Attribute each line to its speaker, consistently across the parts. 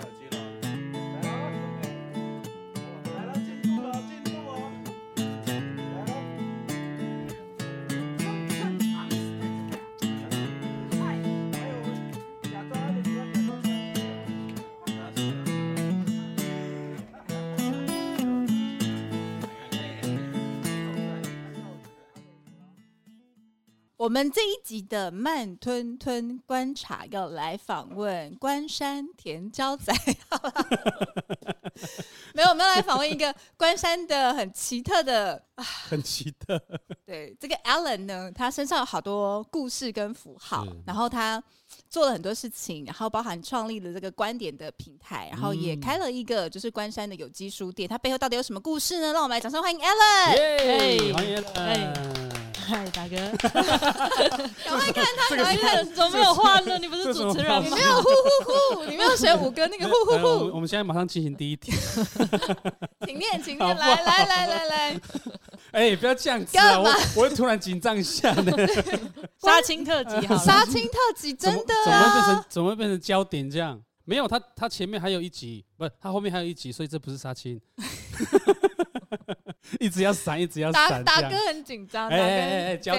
Speaker 1: 耳机了。来啊来了，进入了，进入了。来啊还有假装安静假装安静
Speaker 2: 我们这一集的慢吞吞观察要来访问关山田交仔， 没有，我们要来访问一个关山的很奇特的。啊
Speaker 3: 很奇 特，
Speaker 2: 对，这个 Alan 呢，他身上有好多故事跟符号
Speaker 3: 是，
Speaker 2: 然后他做了很多事情，然后包含创立了这个观点的平台，然后也
Speaker 3: 嗯
Speaker 2: 开了一个就是关山的有机书店。他背后到底有什么故事呢？让我们来掌声欢迎 Alan，
Speaker 3: 耶！
Speaker 4: 哎
Speaker 3: 欢迎
Speaker 4: 哎
Speaker 3: 了。
Speaker 4: 嗨，大 哥，
Speaker 2: 赶快看他，赶快看，
Speaker 4: 怎么没有话呢？你不
Speaker 3: 这
Speaker 4: 是
Speaker 3: 是什么
Speaker 4: 主持人
Speaker 2: 你
Speaker 4: 吗
Speaker 2: 没？有呼呼呼，你没有学五哥那个呼
Speaker 3: 来我
Speaker 2: 呼
Speaker 3: 们
Speaker 2: 呼，
Speaker 3: 我们现在马上进行第一题。
Speaker 2: 请念，请
Speaker 3: 好
Speaker 2: 念，
Speaker 3: 不好
Speaker 2: 来来来来来，
Speaker 3: 哎，不要这样子啊！
Speaker 2: 干
Speaker 3: 我
Speaker 2: 嘛
Speaker 3: 我会突然紧张一下呢。
Speaker 4: 杀青特辑好了，
Speaker 2: 杀青特辑 真的
Speaker 3: 怎么怎么会变
Speaker 2: 啊，
Speaker 3: 成怎么会变成焦点这样？没有，他他前面还有一集，不，他后面还有一集，所以这不是杀青。 一直要闪，一直要
Speaker 2: 达
Speaker 3: 闪，
Speaker 2: 达
Speaker 3: 这样。
Speaker 2: 哥很紧张，
Speaker 3: 哎
Speaker 2: 达
Speaker 3: 哎哎
Speaker 2: 哥，
Speaker 3: 哎，焦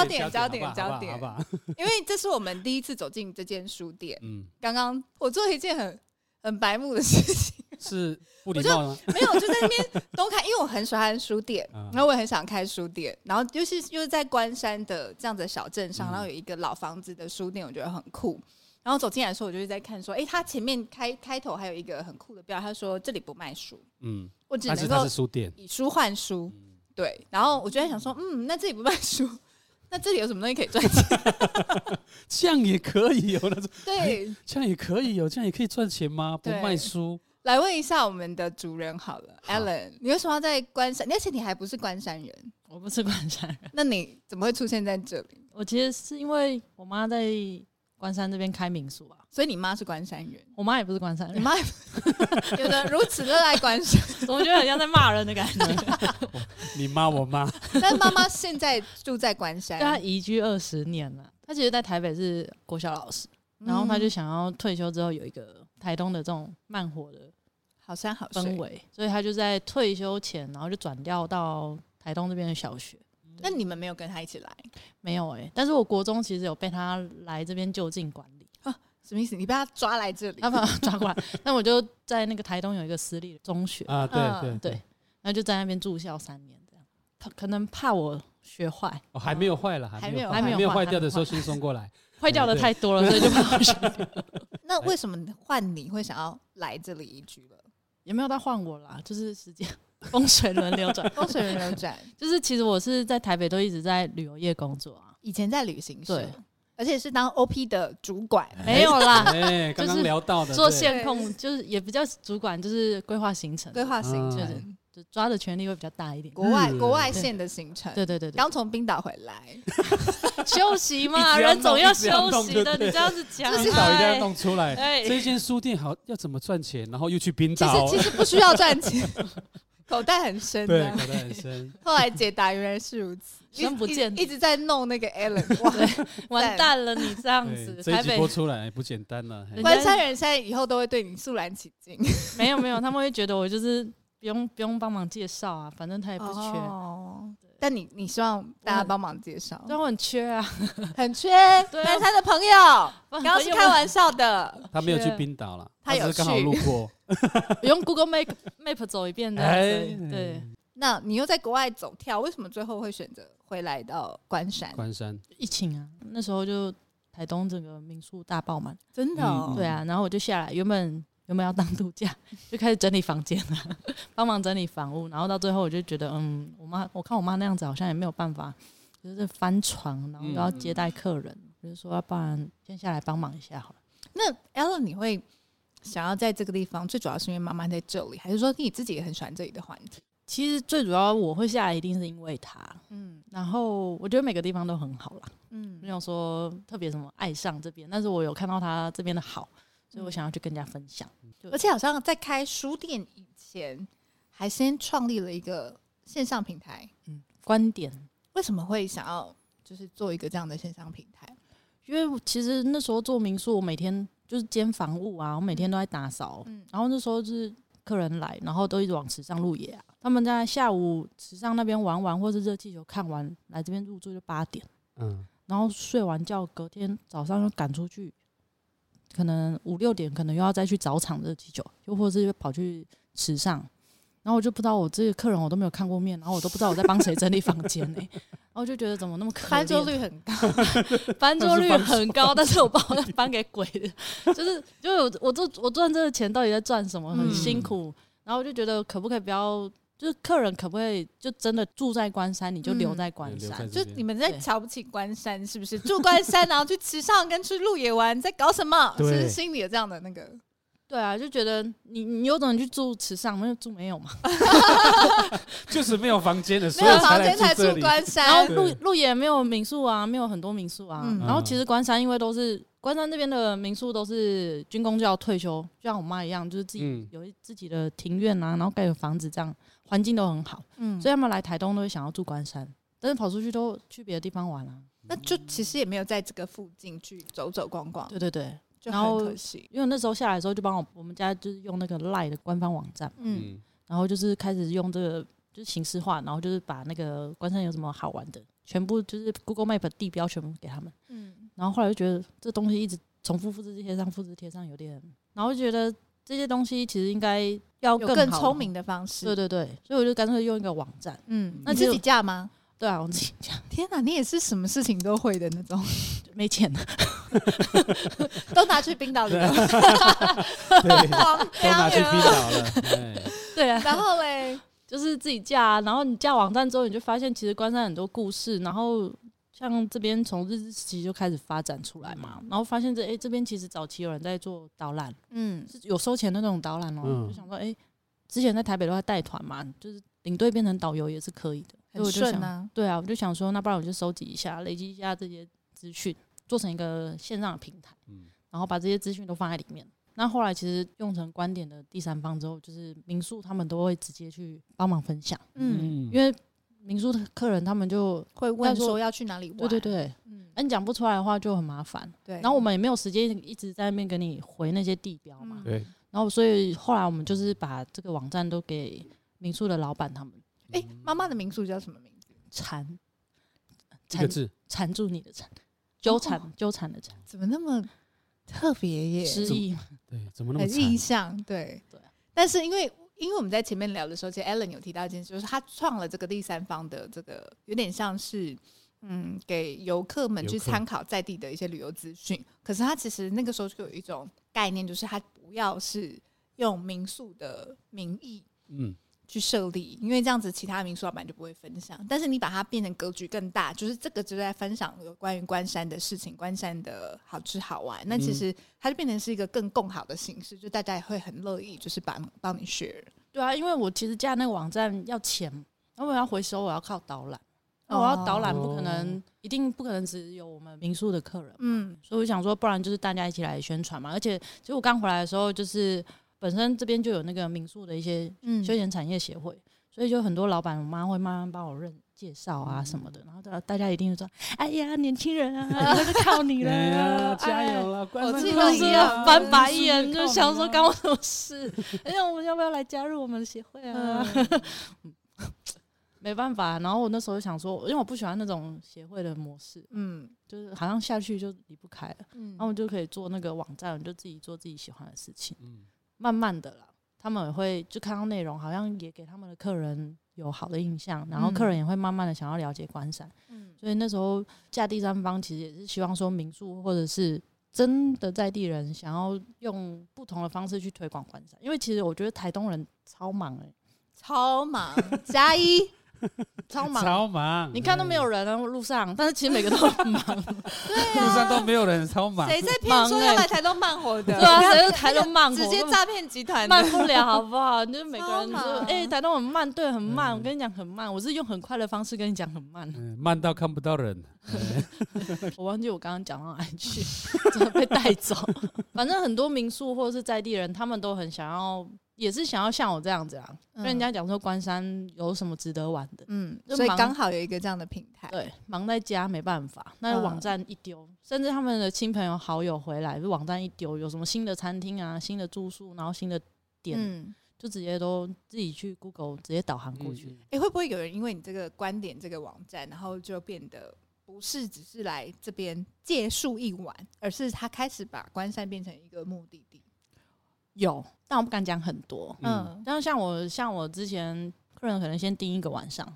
Speaker 2: 怎
Speaker 3: 点
Speaker 2: 样
Speaker 3: 焦
Speaker 2: 点
Speaker 3: 焦
Speaker 2: 点
Speaker 3: 好不好
Speaker 2: 焦
Speaker 3: 好不
Speaker 2: 点，
Speaker 3: 好好不好
Speaker 2: 因为这是我们第一次走进这间书店。
Speaker 3: 嗯，
Speaker 2: 刚刚我做了一件很很白目的事 情，
Speaker 3: 是不礼貌吗？
Speaker 2: 没有，我就在那边东看，因为我很喜欢书店
Speaker 3: 啊，
Speaker 2: 然后我也很想开书店，然后就是就是在关山的这样子的小镇上，
Speaker 3: 嗯
Speaker 2: 然后有一个老房子的书店，我觉得很酷。然后走进来的时候，我就是在看说，诶，它前面开开头还有一个很酷的标，他说这里不卖书，
Speaker 3: 嗯，
Speaker 2: 我只
Speaker 3: 但
Speaker 2: 能
Speaker 3: 是它
Speaker 2: 够嗯
Speaker 3: 是书店。
Speaker 2: 以书换书，
Speaker 3: 嗯
Speaker 2: 对。然后我就在想说，嗯，那这里不卖书， 那这里有什么东西可以赚 钱？
Speaker 3: 这样也可以哦，那种
Speaker 2: 对，
Speaker 3: 这样也可以哦，这样也可以赚钱吗？不
Speaker 2: 对
Speaker 3: 卖书，
Speaker 2: 来问一下我们的主人好了
Speaker 3: 好
Speaker 2: ，Alan，你为什么要在关山？而且你还不是关山人。
Speaker 4: 我不是关山人，
Speaker 2: 那你怎么会出现在这里？
Speaker 4: 我其实是因为我妈在关山这边开民宿啊，
Speaker 2: 所以你妈是关山人，
Speaker 4: 我妈也不是关山
Speaker 2: 你
Speaker 4: 人，
Speaker 2: 妈有的如此热爱关山，
Speaker 4: 怎么觉得很像在骂人的感觉？
Speaker 3: 你妈我妈，
Speaker 2: 但妈妈现在住在关山，
Speaker 4: 对她啊移居二十年了，她其实在台北是国小老师，
Speaker 2: 嗯
Speaker 4: 然后她就想要退休之后有一个台东的这种慢活的
Speaker 2: 好山好
Speaker 4: 氛
Speaker 2: 水。
Speaker 4: 围，所以她就在退休前，然后就转调到台东这边的小学。
Speaker 2: 那你们没有跟她一起来，
Speaker 4: 没有哎、但是我国中其实有被她来这边就近管理。
Speaker 2: 什么意思？你被她抓来这里
Speaker 4: 他？把我抓过来， 那我就在那个台东有一个私立的中学，
Speaker 3: 啊，对对
Speaker 2: 嗯
Speaker 4: 对，那就在那边住校三年，这样，他可能怕我学坏，
Speaker 3: 哦，还没有坏了，
Speaker 2: 还
Speaker 3: 没
Speaker 2: 没有
Speaker 3: 有还
Speaker 4: 还
Speaker 3: 没
Speaker 4: 没
Speaker 3: 有
Speaker 4: 有坏
Speaker 3: 坏
Speaker 4: 还
Speaker 3: 掉的
Speaker 4: 没
Speaker 3: 时候
Speaker 4: 坏
Speaker 3: 先送过来。
Speaker 4: 坏掉的太 多了，所以就怕我学 掉，
Speaker 2: 那
Speaker 3: 哎
Speaker 2: 为什么换你会想要来这里移居了？
Speaker 4: 也没有到换我啦，就是时间风水轮流转，
Speaker 2: 风水轮流转，
Speaker 4: 就是其实我是在台北都一直在旅游业工作啊，
Speaker 2: 以前在旅行社
Speaker 4: 对，
Speaker 2: 而且是当 OP 的主管，
Speaker 4: 没有啦，
Speaker 3: 哎，刚
Speaker 4: 就
Speaker 3: 刚
Speaker 4: 是
Speaker 3: 聊到的
Speaker 4: 做
Speaker 3: 对
Speaker 4: 线控就是也比较主管，就是规划行程，
Speaker 2: 规划行
Speaker 3: 嗯
Speaker 4: 就是
Speaker 2: 程，
Speaker 4: 就抓的权力会比较大一点，
Speaker 2: 国外
Speaker 3: 嗯
Speaker 2: 国外线的行程。
Speaker 4: 对对对对，
Speaker 2: 刚从冰岛回来，
Speaker 4: 休 息
Speaker 3: 一
Speaker 4: 嘛，
Speaker 3: 直要弄
Speaker 4: 人总要
Speaker 3: 一直要
Speaker 4: 休
Speaker 3: 弄
Speaker 4: 息
Speaker 3: 就
Speaker 4: 的，
Speaker 3: 对
Speaker 4: 你这样子讲，
Speaker 2: 就是
Speaker 3: 冰岛一定
Speaker 4: 哎
Speaker 3: 要弄出来。
Speaker 4: 哎
Speaker 3: 这间书店好要怎么赚钱，然后又去冰
Speaker 2: 其实
Speaker 3: 岛，
Speaker 2: 其实不需要赚钱， 口袋很深
Speaker 3: 对，
Speaker 2: 的
Speaker 3: 搞。得很深。
Speaker 2: 后来解答原来是如此，一
Speaker 4: 深不见
Speaker 2: 一一直在弄那个 Alan，哇，
Speaker 4: 完蛋了，你这样
Speaker 3: 对，
Speaker 4: 子，
Speaker 3: 这
Speaker 4: 台
Speaker 3: 一集
Speaker 4: 北
Speaker 3: 播出来哎不简单了。嘿
Speaker 4: 人家
Speaker 2: 关山人现在以后都会对你肃然起敬，
Speaker 4: 没有没有，他们会觉得我就是不用不用帮忙介绍啊，反正他也
Speaker 2: 哎
Speaker 4: 不缺，
Speaker 2: 哦。但你你希望大家帮忙介绍，
Speaker 4: 但我很缺啊。
Speaker 2: 很缺
Speaker 4: 对啊
Speaker 2: 南山的朋 友，刚
Speaker 4: 刚
Speaker 2: 刚是开玩笑 的，
Speaker 3: 他没有去
Speaker 4: 是
Speaker 3: 冰岛了，
Speaker 2: 他
Speaker 3: 只
Speaker 2: 有
Speaker 3: 是刚好
Speaker 2: 去
Speaker 3: 路过。
Speaker 4: 不用 Google Map Map 走一遍的，啊
Speaker 3: 哎
Speaker 4: 对，
Speaker 2: 那你又在国外走跳，为什么最后会选择回来到关山？
Speaker 3: 关山，
Speaker 4: 疫情啊，那时候就台东整个民宿大爆满，
Speaker 2: 真的哦
Speaker 3: 嗯
Speaker 4: 对啊，然后我就下来，原本原本要当度假，就开始整理房间了，帮忙整理房屋，然后到最后我就觉得，嗯，我妈我看我妈那样子好像也没有办法，就是翻床，然后又要接待客人，我就说要不然先下来帮忙一下好了。
Speaker 2: 那 Alan 你会想要在这个地方，最主要是因为妈妈在这里，还是说你自己也很喜欢这里的环境？
Speaker 4: 其实最主要我会下来一定是因为他，
Speaker 2: 嗯
Speaker 4: 然后我觉得每个地方都很好啦，没
Speaker 2: 嗯，
Speaker 4: 有说特别什么爱上这边，但是我有看到他这边的好，所以我想要去跟人家分享。
Speaker 2: 而且好像在开书店以前，还先创立了一个线上平台，
Speaker 4: 嗯，观点
Speaker 2: 为为什么会想要就是做一个这样的线上平台？
Speaker 4: 因为其实那时候做民宿，我每天就是兼房务啊，我每天都在打扫。
Speaker 2: 嗯
Speaker 4: 然后那时候就是客人来，然后都一直往池上路野啊。他们在下午池上那边玩玩，或是热气球看完，来这边入住就八点，
Speaker 3: 嗯，
Speaker 4: 然后睡完觉，隔天早上又赶出去，可能五六点，可能又要再去找场热气球，又或是跑去池上。然后我就不知道我这个客人我都没有看过面，然后我都不知道我在帮谁整理房间呢、 然后就觉得怎么那 么可怜，啊
Speaker 2: 翻桌率很高，
Speaker 4: 翻桌率很高，但是我不知道在翻给鬼的， 就是就我我做我赚这个钱到底在赚什么，很
Speaker 2: 嗯
Speaker 4: 辛苦。然后我就觉得可不可以不要，就是客人可不可以就真的住在关山，你就
Speaker 2: 嗯
Speaker 4: 留在关
Speaker 3: 留
Speaker 4: 山。
Speaker 2: 就
Speaker 3: 在这边
Speaker 2: 你们在
Speaker 4: 对
Speaker 2: 瞧不起关山是不是？住关山，然后去池上跟去鹿野玩，在搞什么？是
Speaker 3: 对
Speaker 2: 不是心里有这样的那个？
Speaker 4: 对啊，就觉得你你有种你去住池上，没有住没有嘛。
Speaker 3: 就是没有房间的，所
Speaker 2: 没
Speaker 3: 以
Speaker 2: 有房
Speaker 3: 来
Speaker 2: 间才
Speaker 3: 住这
Speaker 2: 住
Speaker 3: 里。
Speaker 2: 关
Speaker 4: 然后
Speaker 2: 山，
Speaker 4: 路
Speaker 3: 对
Speaker 4: 路也没有民宿啊，没有很多民宿啊。
Speaker 2: 嗯
Speaker 4: 然后其实关山因为都是关山这边的民宿都是军工就要退休，就像我妈一样，就是自己
Speaker 3: 嗯
Speaker 4: 有一自己的庭院啊，然后盖个房子这样，环境都很好。
Speaker 2: 嗯
Speaker 4: 所以他们来台东都会想要住关山，但是跑出去都去别的地方玩啊了、
Speaker 2: 那就其实也没有在这个附近去走走逛逛，
Speaker 4: 对对对，
Speaker 2: 就
Speaker 4: 然后
Speaker 2: 很可惜。
Speaker 4: 因为那时候下来的时候就帮我我们家就是用那个赖的官方网站，
Speaker 2: 嗯，
Speaker 3: 嗯，
Speaker 4: 然后就是开始用这个就是形式化，然后就是把那个关山有什么好玩的，全部就是 Google Map 地标全部给他们。
Speaker 2: 嗯，
Speaker 4: 然后后来就觉得这东西一直重复复制贴上，复制贴上有点，然后就觉得这些东西其实应该要
Speaker 2: 有
Speaker 4: 好
Speaker 2: 更聪。明的方式。
Speaker 4: 对对对，所以我就干脆用一个网站。
Speaker 2: 嗯，
Speaker 4: 那
Speaker 2: 你
Speaker 4: 就
Speaker 2: 自己架吗？
Speaker 4: 对啊，我自己讲
Speaker 2: 天哪，你也是什么事情都会的那种，
Speaker 4: 没钱，
Speaker 2: 都拿去冰岛旅游，
Speaker 3: 对，都
Speaker 2: 荒
Speaker 3: 拿去冰
Speaker 2: 凉了。
Speaker 3: 岛了。哎，
Speaker 4: 对啊，
Speaker 2: 然后嘞，
Speaker 4: 就是自己架、啊，然后你架网站之后，你就发现其实关山很多故事，然后像这边从日治时期就开始发展出来嘛，然后发现这哎、诶这边其实早期有人在做导览，
Speaker 2: 嗯，
Speaker 4: 是有收钱的那种导览哦、
Speaker 3: 嗯
Speaker 4: 就想说哎、诶之前在台北都在带团嘛，就是领队变成导游也是可以的，所以
Speaker 2: 很
Speaker 4: 我就
Speaker 2: 顺
Speaker 4: 想，
Speaker 2: 啊。
Speaker 4: 对啊，我就想说那不然我就收集一下，累积一下这些资讯，做成一个线上的平台。
Speaker 3: 嗯
Speaker 4: 然后把这些资讯都放在里面。那后来其实用成观点的第三方之后，就是民宿他们都会直接去帮忙分享，
Speaker 2: 嗯，
Speaker 3: 嗯，
Speaker 4: 因为民宿的客人他们就
Speaker 2: 会问说要去哪里玩？
Speaker 4: 对对，对，
Speaker 2: 嗯，
Speaker 4: 那你讲不出来的话就很麻烦。
Speaker 2: 对。
Speaker 4: 然后我们也没有时间一直在那边给你回那些地标嘛，
Speaker 2: 嗯
Speaker 3: 对，
Speaker 4: 然后所以后来我们就是把这个网站都给民宿的老板他们
Speaker 3: 嗯
Speaker 2: 哎，妈妈的民宿叫什么名字？
Speaker 4: 缠
Speaker 3: 一个
Speaker 4: 缠
Speaker 3: 字，
Speaker 4: 缠住你的缠，纠
Speaker 2: 哦
Speaker 4: 缠纠缠的缠，
Speaker 2: 怎么那么特别耶？
Speaker 4: 失忆嘛，
Speaker 3: 对，怎么那么
Speaker 2: 很
Speaker 3: 惨？
Speaker 2: 印象，对
Speaker 4: 对啊
Speaker 2: 但是因为因为我们在前面聊的时候，其实 Ellen 有提到一件事，就是他创了这个第三方的这个，有点像是嗯，给游客们去
Speaker 3: 游客
Speaker 2: 参考在地的一些旅游资讯。可是他其实那个时候就有一种概念，就是他不要是用民宿的名义。
Speaker 3: 嗯，
Speaker 2: 去设立，因为这样子其他民宿老板就不会分享。但是你把它变成格局更大，就是这个就在分享有关于关山的事情，关山的好吃好玩。
Speaker 4: 嗯
Speaker 2: 那其实它就变成是一个更共好的形式，就大家也会很乐意，就是帮帮你 share。
Speaker 4: 对啊，因为我其实架那个网站要钱，然后我要回收，我要靠导览，那我要导览不可能，
Speaker 3: 哦
Speaker 4: 一定不可能只有我们民宿的客人，
Speaker 2: 嗯
Speaker 4: 所以我想说，不然就是大家一起来宣传嘛。而且，其实我刚回来的时候，就是本身这边就有那个民宿的一些
Speaker 2: 嗯
Speaker 4: 休闲产业协会，所以就很多老板，我妈会慢慢帮我认介绍
Speaker 3: 嗯
Speaker 4: 啊什么的，然后大大家一定就说：“哎呀，年轻人 啊，那就靠你了，
Speaker 3: 哎呀，加
Speaker 4: 哎
Speaker 3: 油了，关
Speaker 2: 我
Speaker 3: 门
Speaker 2: 自己
Speaker 4: 真
Speaker 2: 都
Speaker 4: 的
Speaker 2: 一
Speaker 4: 是
Speaker 2: 样
Speaker 3: 啊
Speaker 4: 要翻白眼，
Speaker 3: 是
Speaker 4: 就想说干我什么事？ 哎呀，我们要不要来加入我们的协会啊？ 没办法，然后我那时候就想说，因为我不喜欢那种协会的模式，
Speaker 2: 嗯
Speaker 4: 就是好像下去就离不开了，
Speaker 2: 嗯
Speaker 4: 然后我就可以做那个网站，就自己做自己喜欢的事情，
Speaker 3: 嗯
Speaker 4: 慢慢的啦，他们也会就看到内容，好像也给他们的客人有好的印象，然后客人也会慢慢的想要了解观赏。
Speaker 2: 嗯
Speaker 4: 所以那时候嫁第三方其实也是希望说民宿或者是真的在地人想要用不同的方式去推广关山，因为其实我觉得台东人超忙哎、
Speaker 2: 超忙加一，
Speaker 4: 超忙，
Speaker 3: 超忙，
Speaker 4: 你看都没有人啊路上，但是其实 每个都啊很忙，
Speaker 3: 哎，路上都没有人，超忙。
Speaker 2: 啊谁在骗
Speaker 4: 啊忙
Speaker 2: 说
Speaker 4: 欸
Speaker 2: 要来台东慢活的？
Speaker 4: 对啊，
Speaker 2: 不要
Speaker 4: 谁是台东慢活？
Speaker 2: 直接诈骗集团的
Speaker 4: 慢不了好不好？就是每个人
Speaker 2: 超
Speaker 4: 就
Speaker 2: 忙
Speaker 4: 哎、台东很慢，对，很慢。
Speaker 3: 嗯
Speaker 4: 我跟你讲很慢，我是用很快的方式跟你讲很慢。
Speaker 3: 嗯，慢到看不到人。
Speaker 4: 我忘记我刚刚讲到哪里去， 真的被带走。反正很多民宿或者是在地人，他们都很想要，也是想要像我这样子啊，
Speaker 2: 嗯
Speaker 4: 跟人家讲说关山有什么值得玩的，
Speaker 2: 嗯，
Speaker 4: 就
Speaker 2: 所以
Speaker 4: 忙
Speaker 2: 刚好有一个这样的平台，
Speaker 4: 对，忙在家没办法，那
Speaker 2: 嗯
Speaker 4: 网站一丢，甚至他们的亲朋友好友回来，网站一丢，有什么新的餐厅啊、新的住宿，然后新的点，
Speaker 2: 嗯，
Speaker 4: 就直接都自己去 Google 直接导航
Speaker 3: 嗯
Speaker 4: 过去。
Speaker 2: 哎、会不会有人因为你这个观点、这个网站，然后就变得不是只是来这边借宿一晚，而是他开始把关山变成一个目的地？
Speaker 4: 有，但我不敢讲很多。
Speaker 3: 嗯
Speaker 2: 嗯，
Speaker 4: 但像我像我之前客人可能先订一个晚上，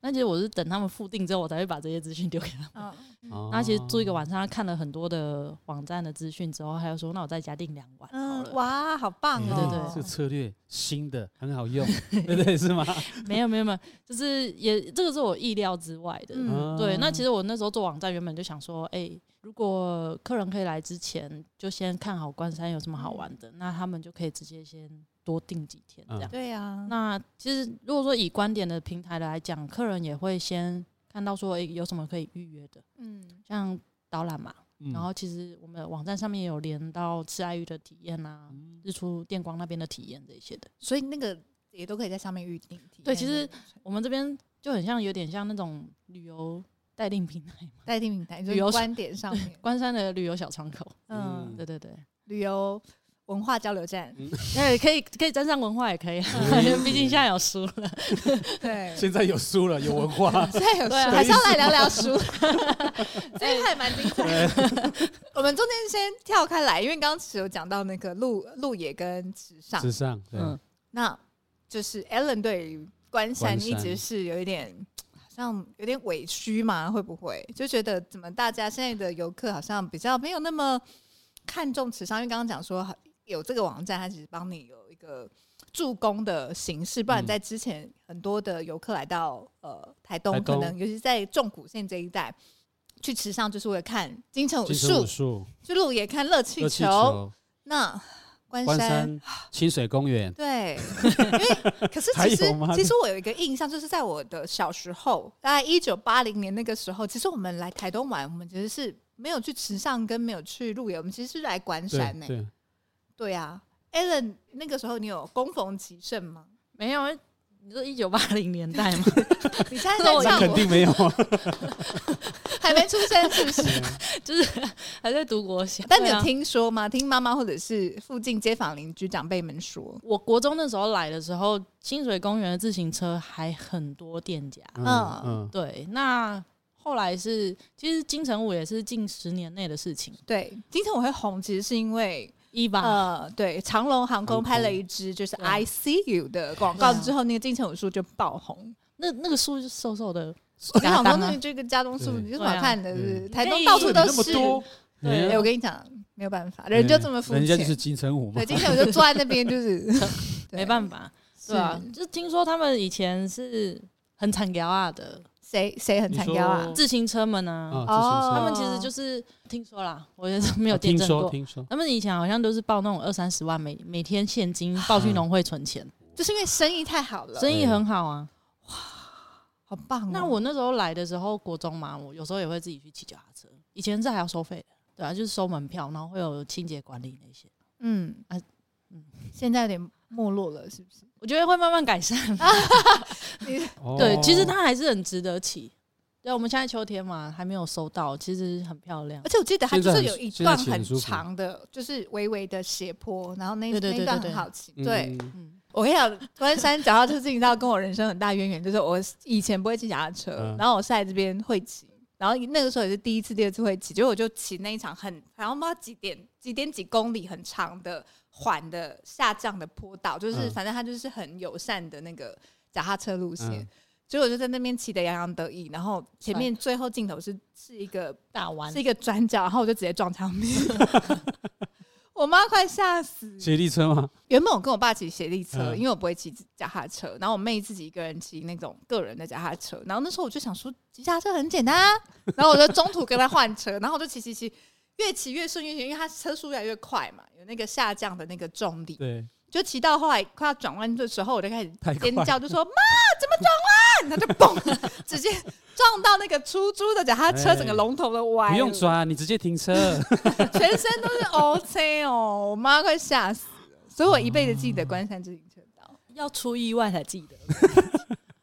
Speaker 4: 那其实我是等他们付定之后，我才会把这些资讯丢给他们。
Speaker 2: 嗯，
Speaker 3: 哦
Speaker 4: 那其实住一个晚上，他看了很多的网站的资讯之后，他又说：“那我在家订两晚好
Speaker 2: 嗯
Speaker 4: 了。
Speaker 2: 哇，好棒
Speaker 3: 哎
Speaker 2: 哦！
Speaker 4: 对对
Speaker 3: 这个策略新的很好用，对对是吗？
Speaker 4: 没有没有没有，就是也这个是我意料之外的。
Speaker 2: 嗯
Speaker 3: 啊
Speaker 4: 对，那其实我那时候做网站，原本就想说，哎、如果客人可以来之前，就先看好关山有什么好玩的，那他们就可以直接先多订几天这样。
Speaker 2: 对啊，
Speaker 4: 那其实如果说以观点的平台来讲，客人也会先看到说，哎、有什么可以预约的，
Speaker 2: 嗯
Speaker 4: 像导览嘛。
Speaker 3: 嗯
Speaker 4: 然后其实我们的网站上面也有连到吃爱鱼的体验啊，
Speaker 3: 嗯
Speaker 4: 日出电光那边的体验这些的。
Speaker 2: 所以那个也都可以在上面预定。体验
Speaker 4: 对其
Speaker 2: 那
Speaker 4: 实
Speaker 2: 个
Speaker 4: 我们这边就很像，有点像那种旅游代订平台嘛，
Speaker 2: 待定平台，就
Speaker 4: 旅游
Speaker 2: 是观点上 面，
Speaker 4: 关山的旅游小窗口。
Speaker 2: 嗯，
Speaker 4: 对对对，
Speaker 2: 旅游文化交流站，
Speaker 4: 哎，可以可以沾上文化也可以啊，
Speaker 3: 嗯
Speaker 4: 毕竟现在有书了。
Speaker 2: 对，，
Speaker 3: 现在有书了，有文化
Speaker 2: 现在有书，
Speaker 4: 对啊
Speaker 2: 还是要来聊聊书， 这一块蛮精彩的。我们中间先跳开来，因为刚刚其实有讲到那个路路野跟池上，
Speaker 3: 时尚，啊对
Speaker 4: 嗯，
Speaker 2: 那就是 Alan 对于关山
Speaker 3: 关山
Speaker 2: 一直是有一点。好像有点委屈嘛，会不会就觉得怎么大家现在的游客好像比较没有那么看重池上？因为刚刚讲说有这个网站，它其实帮你有一个助攻的形式，不然
Speaker 3: 嗯
Speaker 2: 在之前很多的游客来到呃台东，
Speaker 3: 台东
Speaker 2: 可能尤其在纵谷县这一带，去池上就是为了看金城武
Speaker 3: 金城武
Speaker 2: 术，
Speaker 3: 术、
Speaker 2: 去鹿野看热气
Speaker 3: 热
Speaker 2: 球，
Speaker 3: 气球、
Speaker 2: 那关
Speaker 3: 关
Speaker 2: 山
Speaker 3: 山、清水公园，
Speaker 2: 对，因为可是
Speaker 3: 还
Speaker 2: 其实
Speaker 3: 有吗
Speaker 2: 其实我有一个印象，就是在我的小时候，大概一九八零年那个时候，其实我们来台东玩，我们其实是没有去池上跟没有去鹿野，我们其实是来关
Speaker 3: 对
Speaker 2: 山呢、欸
Speaker 3: 对，
Speaker 2: 对啊 a l a n 那个时候你有攻逢其胜 吗？
Speaker 4: 没有，你说一九八零年代嘛，
Speaker 2: 你现在
Speaker 4: 那
Speaker 2: 在
Speaker 4: 我
Speaker 3: 那
Speaker 2: 唱，
Speaker 3: 肯定没有啊，
Speaker 2: 还没出生是不是？
Speaker 4: 还在读国小，
Speaker 2: 但你
Speaker 4: 对
Speaker 2: 有
Speaker 4: 啊。
Speaker 2: 听说吗？听妈妈或者是附近街坊邻居长辈们说，
Speaker 4: 我国中那时候来的时候，清水公园的自行车还很多店家。
Speaker 2: 嗯
Speaker 3: 嗯，
Speaker 4: 对，那后来是其实金城武也是近十年内的事情，
Speaker 2: 对，今天我会红，其实是因为
Speaker 4: 一吧、
Speaker 2: 呃，对，长隆航空
Speaker 3: 航
Speaker 2: 拍了
Speaker 3: 空
Speaker 2: 一支就是 I
Speaker 4: 对
Speaker 2: see you 的广告
Speaker 4: 对啊
Speaker 2: 之后，那个金城武术就爆红。
Speaker 4: 那那个树就瘦瘦的，
Speaker 2: 我
Speaker 4: 嘎
Speaker 2: 想
Speaker 4: 当
Speaker 2: 说，
Speaker 4: 啊
Speaker 2: 那这个家中树
Speaker 3: 对
Speaker 2: 你有什么好看的？
Speaker 3: 对啊
Speaker 2: 是不是
Speaker 3: 嗯
Speaker 2: 台
Speaker 4: 可
Speaker 2: 东
Speaker 4: 以
Speaker 2: 到处
Speaker 4: 这
Speaker 2: 都
Speaker 3: 那么
Speaker 2: 是。
Speaker 3: 多，
Speaker 4: 对
Speaker 2: 哎，
Speaker 3: 哎
Speaker 2: 我跟你讲，没有办法，人就这么肤
Speaker 3: 人家就
Speaker 2: 浅
Speaker 3: 是。金城武嘛
Speaker 2: 对，，金城武就坐在那边，就是
Speaker 4: 没办。法，
Speaker 2: 对
Speaker 4: 对啊，就听说他们以前是很惨屌啊的
Speaker 2: 是谁谁很
Speaker 3: 你
Speaker 2: 惨掉啊
Speaker 3: 说？
Speaker 4: 自行车们啊，
Speaker 3: 啊，
Speaker 2: 哦
Speaker 4: 他
Speaker 3: 自
Speaker 4: 们其实就是听说啦，我也是没有
Speaker 3: 行
Speaker 4: 见
Speaker 3: 啊车，听
Speaker 4: 证
Speaker 3: 说
Speaker 4: 过。
Speaker 3: 听说，
Speaker 4: 他们以前好像都是报那种二三十万每每天现金
Speaker 3: 啊
Speaker 4: 报去农会存钱，
Speaker 2: 就是因为生意太好了，
Speaker 4: 生意很好啊。
Speaker 2: 好棒哦。
Speaker 4: 那我那时候来的时候，国中嘛，我有时候也会自己去骑脚踏车。以前这还要收费的，对啊，就是收门票，然后会有清洁管理那些。
Speaker 2: 嗯啊
Speaker 4: 啊
Speaker 2: 嗯
Speaker 4: 嗯，
Speaker 2: 现在有点没落了，是不是？
Speaker 4: 我觉得会慢慢改善。
Speaker 3: 哦
Speaker 4: 对，其实它还是很值得骑。对，我们现在秋天嘛，还没有收到，其实很漂亮
Speaker 2: 而。且我记得它就是
Speaker 3: 现在
Speaker 2: 有
Speaker 3: 很
Speaker 2: 一
Speaker 3: 现在
Speaker 2: 段
Speaker 3: 骑
Speaker 2: 很
Speaker 3: 很舒服
Speaker 2: 长的，就是微微的斜坡，然后那
Speaker 4: 对对
Speaker 2: 那一
Speaker 4: 对
Speaker 2: 段很
Speaker 4: 对对
Speaker 2: 好骑。
Speaker 3: 嗯
Speaker 2: 对，
Speaker 4: 嗯，
Speaker 2: 我跟你讲，关山脚踏车这一道跟我人生很大渊源，就是我以前不会骑脚踏车，
Speaker 3: 嗯
Speaker 2: 然后我是在这边会骑，然后那个时候也是第一次、第二次会骑，结果我就骑那一场很，然后不知道几点、几点几公里很长的缓的下降的坡道，就是
Speaker 3: 嗯
Speaker 2: 反正它就是很友善的那个脚踏车路线。
Speaker 3: 嗯
Speaker 2: 结果我就在那边骑的洋洋得意，然后前面最后镜头是是一个
Speaker 4: 大湾
Speaker 2: 是一个转角，然后我就直接撞墙壁， 我妈快吓死了。
Speaker 3: 协力车吗？
Speaker 2: 原本我跟我爸骑斜力车，
Speaker 3: 嗯
Speaker 2: 因为我不会骑脚踏车，然后我妹自己一个人骑那种个人的脚踏车，然后那时候我就想说骑脚踏车很简单、啊，然后我就中途跟她换车， 然后我就骑骑骑，越骑越顺越骑，因为她车速越来越快嘛，有那个下降的那个重力，
Speaker 3: 对，
Speaker 2: 就骑到后来快要转弯的时候，我就开始
Speaker 3: 太快
Speaker 2: 尖叫，就说 妈怎么转弯，然后就嘣，直接撞到那个出租的脚踏车，
Speaker 3: 哎
Speaker 2: 整个龙头都歪了，
Speaker 3: 不 用抓，你直接停车。
Speaker 2: 全身都是 O C 哦，我妈快吓死了。所以我一辈子记得关山自行车道，
Speaker 4: 要出意外才记得。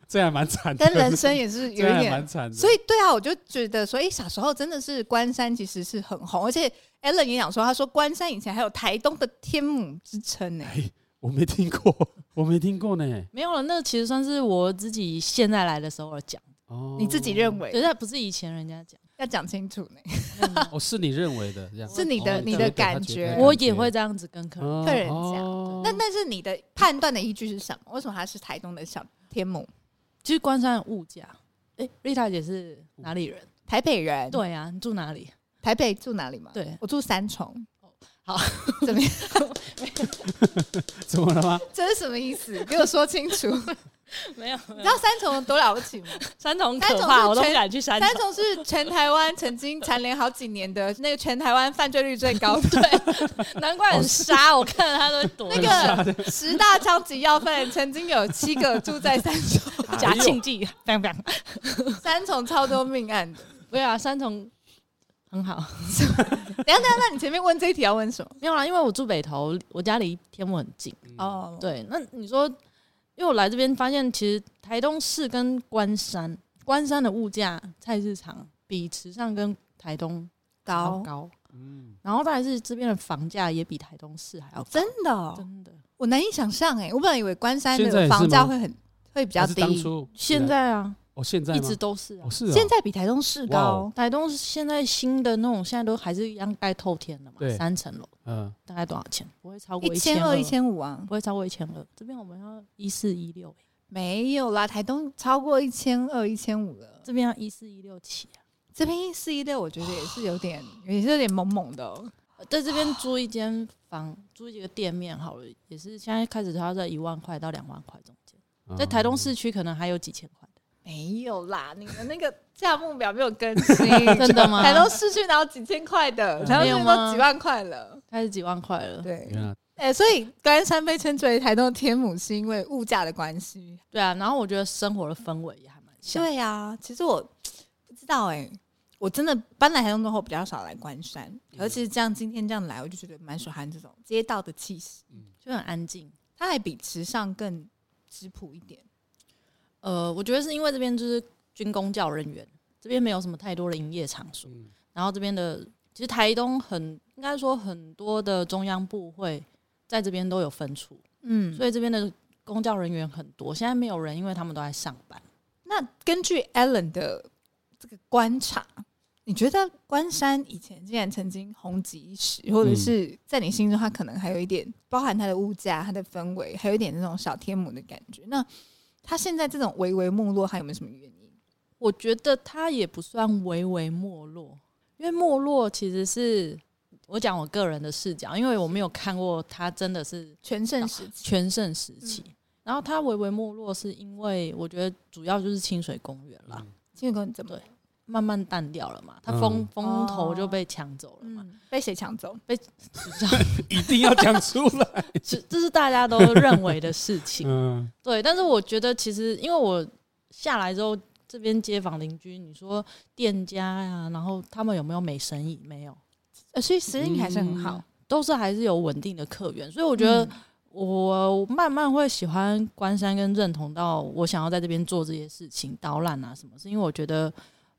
Speaker 3: 这还蛮 惨的，
Speaker 2: 但人生也是有
Speaker 3: 这
Speaker 2: 一
Speaker 3: 还
Speaker 2: 点
Speaker 3: 蛮惨的。
Speaker 2: 所以对啊，我就觉得说，哎、小时候真的是关山其实是很红，而且 Alan 也讲说，他说关山以前还有台东的天母之称呢、
Speaker 3: 哎，我没听过，我没听过呢。
Speaker 4: 没有了，那其实算是我自己现在来的时候讲，
Speaker 3: 哦，
Speaker 2: 你自己认为
Speaker 4: 对，但不是以前人家讲。
Speaker 2: 要讲清楚呢、
Speaker 3: 哦，是你认为的这样，
Speaker 2: 是你的
Speaker 3: 哦
Speaker 2: 你
Speaker 3: 觉
Speaker 2: 的
Speaker 3: 得他
Speaker 2: 感
Speaker 3: 觉
Speaker 2: 觉
Speaker 3: 得他
Speaker 4: 我
Speaker 3: 感
Speaker 4: 也
Speaker 3: 觉
Speaker 4: 会这样子跟客人。
Speaker 3: 哦
Speaker 2: 客人讲
Speaker 3: 哦
Speaker 2: 那但是你的判断的依据是什么？为什么它是台东的小天母？
Speaker 4: 其实关山的物价，哎、r i t a 姐是哪里人？
Speaker 2: 台北人，，
Speaker 4: 对啊，你住哪里？
Speaker 2: 台北住哪里吗？
Speaker 4: 对哦
Speaker 2: 我住三重。
Speaker 4: 好，
Speaker 2: 怎么样？
Speaker 3: 怎么了吗？
Speaker 2: 这是什么意思？给我说清 楚。你
Speaker 4: 没有，
Speaker 2: 知道三重有多了不起吗？
Speaker 4: 三重
Speaker 2: 三
Speaker 4: 可
Speaker 2: 重
Speaker 4: 怕，
Speaker 2: 是
Speaker 4: 我都不
Speaker 2: 全
Speaker 4: 敢去三重
Speaker 2: 三。重是全台湾曾经蝉联好几年的那个全台湾犯罪率最高的
Speaker 4: 难怪很杀，我看了他都会 躲。
Speaker 2: 那个十大超级要犯，曾经有七个住在三 重，
Speaker 4: 假庆忌， 砰砰。
Speaker 2: 三重超多命案的。
Speaker 4: 不要啊，三重很好。
Speaker 2: 等一下，等一下，那你前面问这一题要问什么？
Speaker 4: 没有啊啦，因为我住北投，我家离天母很近。
Speaker 2: 哦，
Speaker 4: 对，那你说，因为我来这边发现，其实台东市跟关山，关山的物价菜市场比池上跟台东高
Speaker 2: 高，
Speaker 4: 高，
Speaker 3: 嗯，
Speaker 4: 然后再来是这边的房价也比台东市还要高，
Speaker 2: 真的、哦，
Speaker 4: 真的。
Speaker 2: 我难以想象哎，我本来以为关山
Speaker 3: 现在
Speaker 2: 的
Speaker 3: 也是
Speaker 2: 房价
Speaker 3: 吗
Speaker 2: 会很会比
Speaker 3: 还
Speaker 2: 较
Speaker 3: 是
Speaker 2: 低，
Speaker 3: 当初
Speaker 4: 现在啊，
Speaker 3: 哦，现在
Speaker 4: 一
Speaker 3: 吗
Speaker 4: 直都是啊
Speaker 3: 哦。是哦
Speaker 2: 现在比台东市
Speaker 3: 哇
Speaker 2: 高
Speaker 3: 哦。
Speaker 4: 台东现在新的那种，现在都还是一样盖透天的嘛
Speaker 3: 对，
Speaker 4: 三层楼
Speaker 3: 嗯，
Speaker 4: 大概多少钱？不会超过
Speaker 2: 一
Speaker 4: 千
Speaker 2: 千二、一千五啊，
Speaker 4: 不会超过一千二。这边我们要一四一六，
Speaker 2: 没有啦，台东超过一千二、一千五了。
Speaker 4: 这边要一四一六起啊。
Speaker 2: 这边一四一六，我觉得也是有点，也是有点懵懵的、哦。
Speaker 4: 呃在这边租一间房，租一个店面好了，也是现在开始都要在一万块到两万块中间，
Speaker 3: 哦
Speaker 4: 在
Speaker 3: 嗯
Speaker 4: 台东市区可能还有几千块的。
Speaker 2: 没有啦，你们那个价目表没有更新， 真
Speaker 4: 的吗
Speaker 2: 台东市区哪有几千块的？台东市
Speaker 4: 没有
Speaker 2: 区
Speaker 4: 吗
Speaker 2: 都几万块了。
Speaker 4: 开始几万块了，
Speaker 2: 对
Speaker 3: 嗯，，原来
Speaker 2: 哎、所以关山被称之为台东的天母，是因为物价的关系。
Speaker 4: 对啊，然后我觉得生活的氛围也还蛮像，
Speaker 2: 对啊，其实我不知道哎、我真的搬来台东之后比较少来关山，而且这样今天这样来，我就觉得蛮喜欢这种街道的气息。
Speaker 4: 就很安静。
Speaker 2: 它还比池上更质朴一点。
Speaker 4: 呃，我觉得是因为这边就是军工教人员，这边没有什么太多的营业场所，
Speaker 3: 嗯
Speaker 4: 然后这边的其实台东很应该说很多的中央部会在这边都有分处，
Speaker 2: 嗯，所以
Speaker 4: 所以这边的公教人员很多，现在没有人，因为他们都在上班。
Speaker 2: 那根据 Alan 的这个观察，你觉得关山以前竟然曾经红极一时，或者是在你心中，它可能还有一点包含它的物价、它的氛围，还有一点那种小天母的感觉。那它现在这种微微没落，还有没有什么原因？
Speaker 4: 我觉得它也不算微微没落，因为没落其实是我讲我个人的视角，因为我没有看过它真的是
Speaker 2: 全盛时期，
Speaker 4: 全盛时
Speaker 2: 嗯
Speaker 4: 期。然后它微微没落，是因为我觉得主要就是清水公园啦，
Speaker 2: 金源公园怎么了？
Speaker 4: 慢慢淡掉了嘛，它
Speaker 3: 嗯
Speaker 4: 风、风头就被抢走了嘛。
Speaker 2: 哦嗯，被谁抢走？
Speaker 3: 一定要讲出来。
Speaker 4: 这、这是 大家都认为的事情，
Speaker 3: 嗯，
Speaker 4: 对，但是我觉得其实因为我下来之后，这边街坊邻居，你说店家呀、然后他们有没有没生意？没有，嗯
Speaker 2: 呃，所以时运还是很好。嗯
Speaker 4: 都是还是有稳定的客源，所以我
Speaker 2: 我
Speaker 4: 觉得我慢慢会喜欢关山跟认同到我想要在这边做这些事情，导览啊什么，是因为我觉得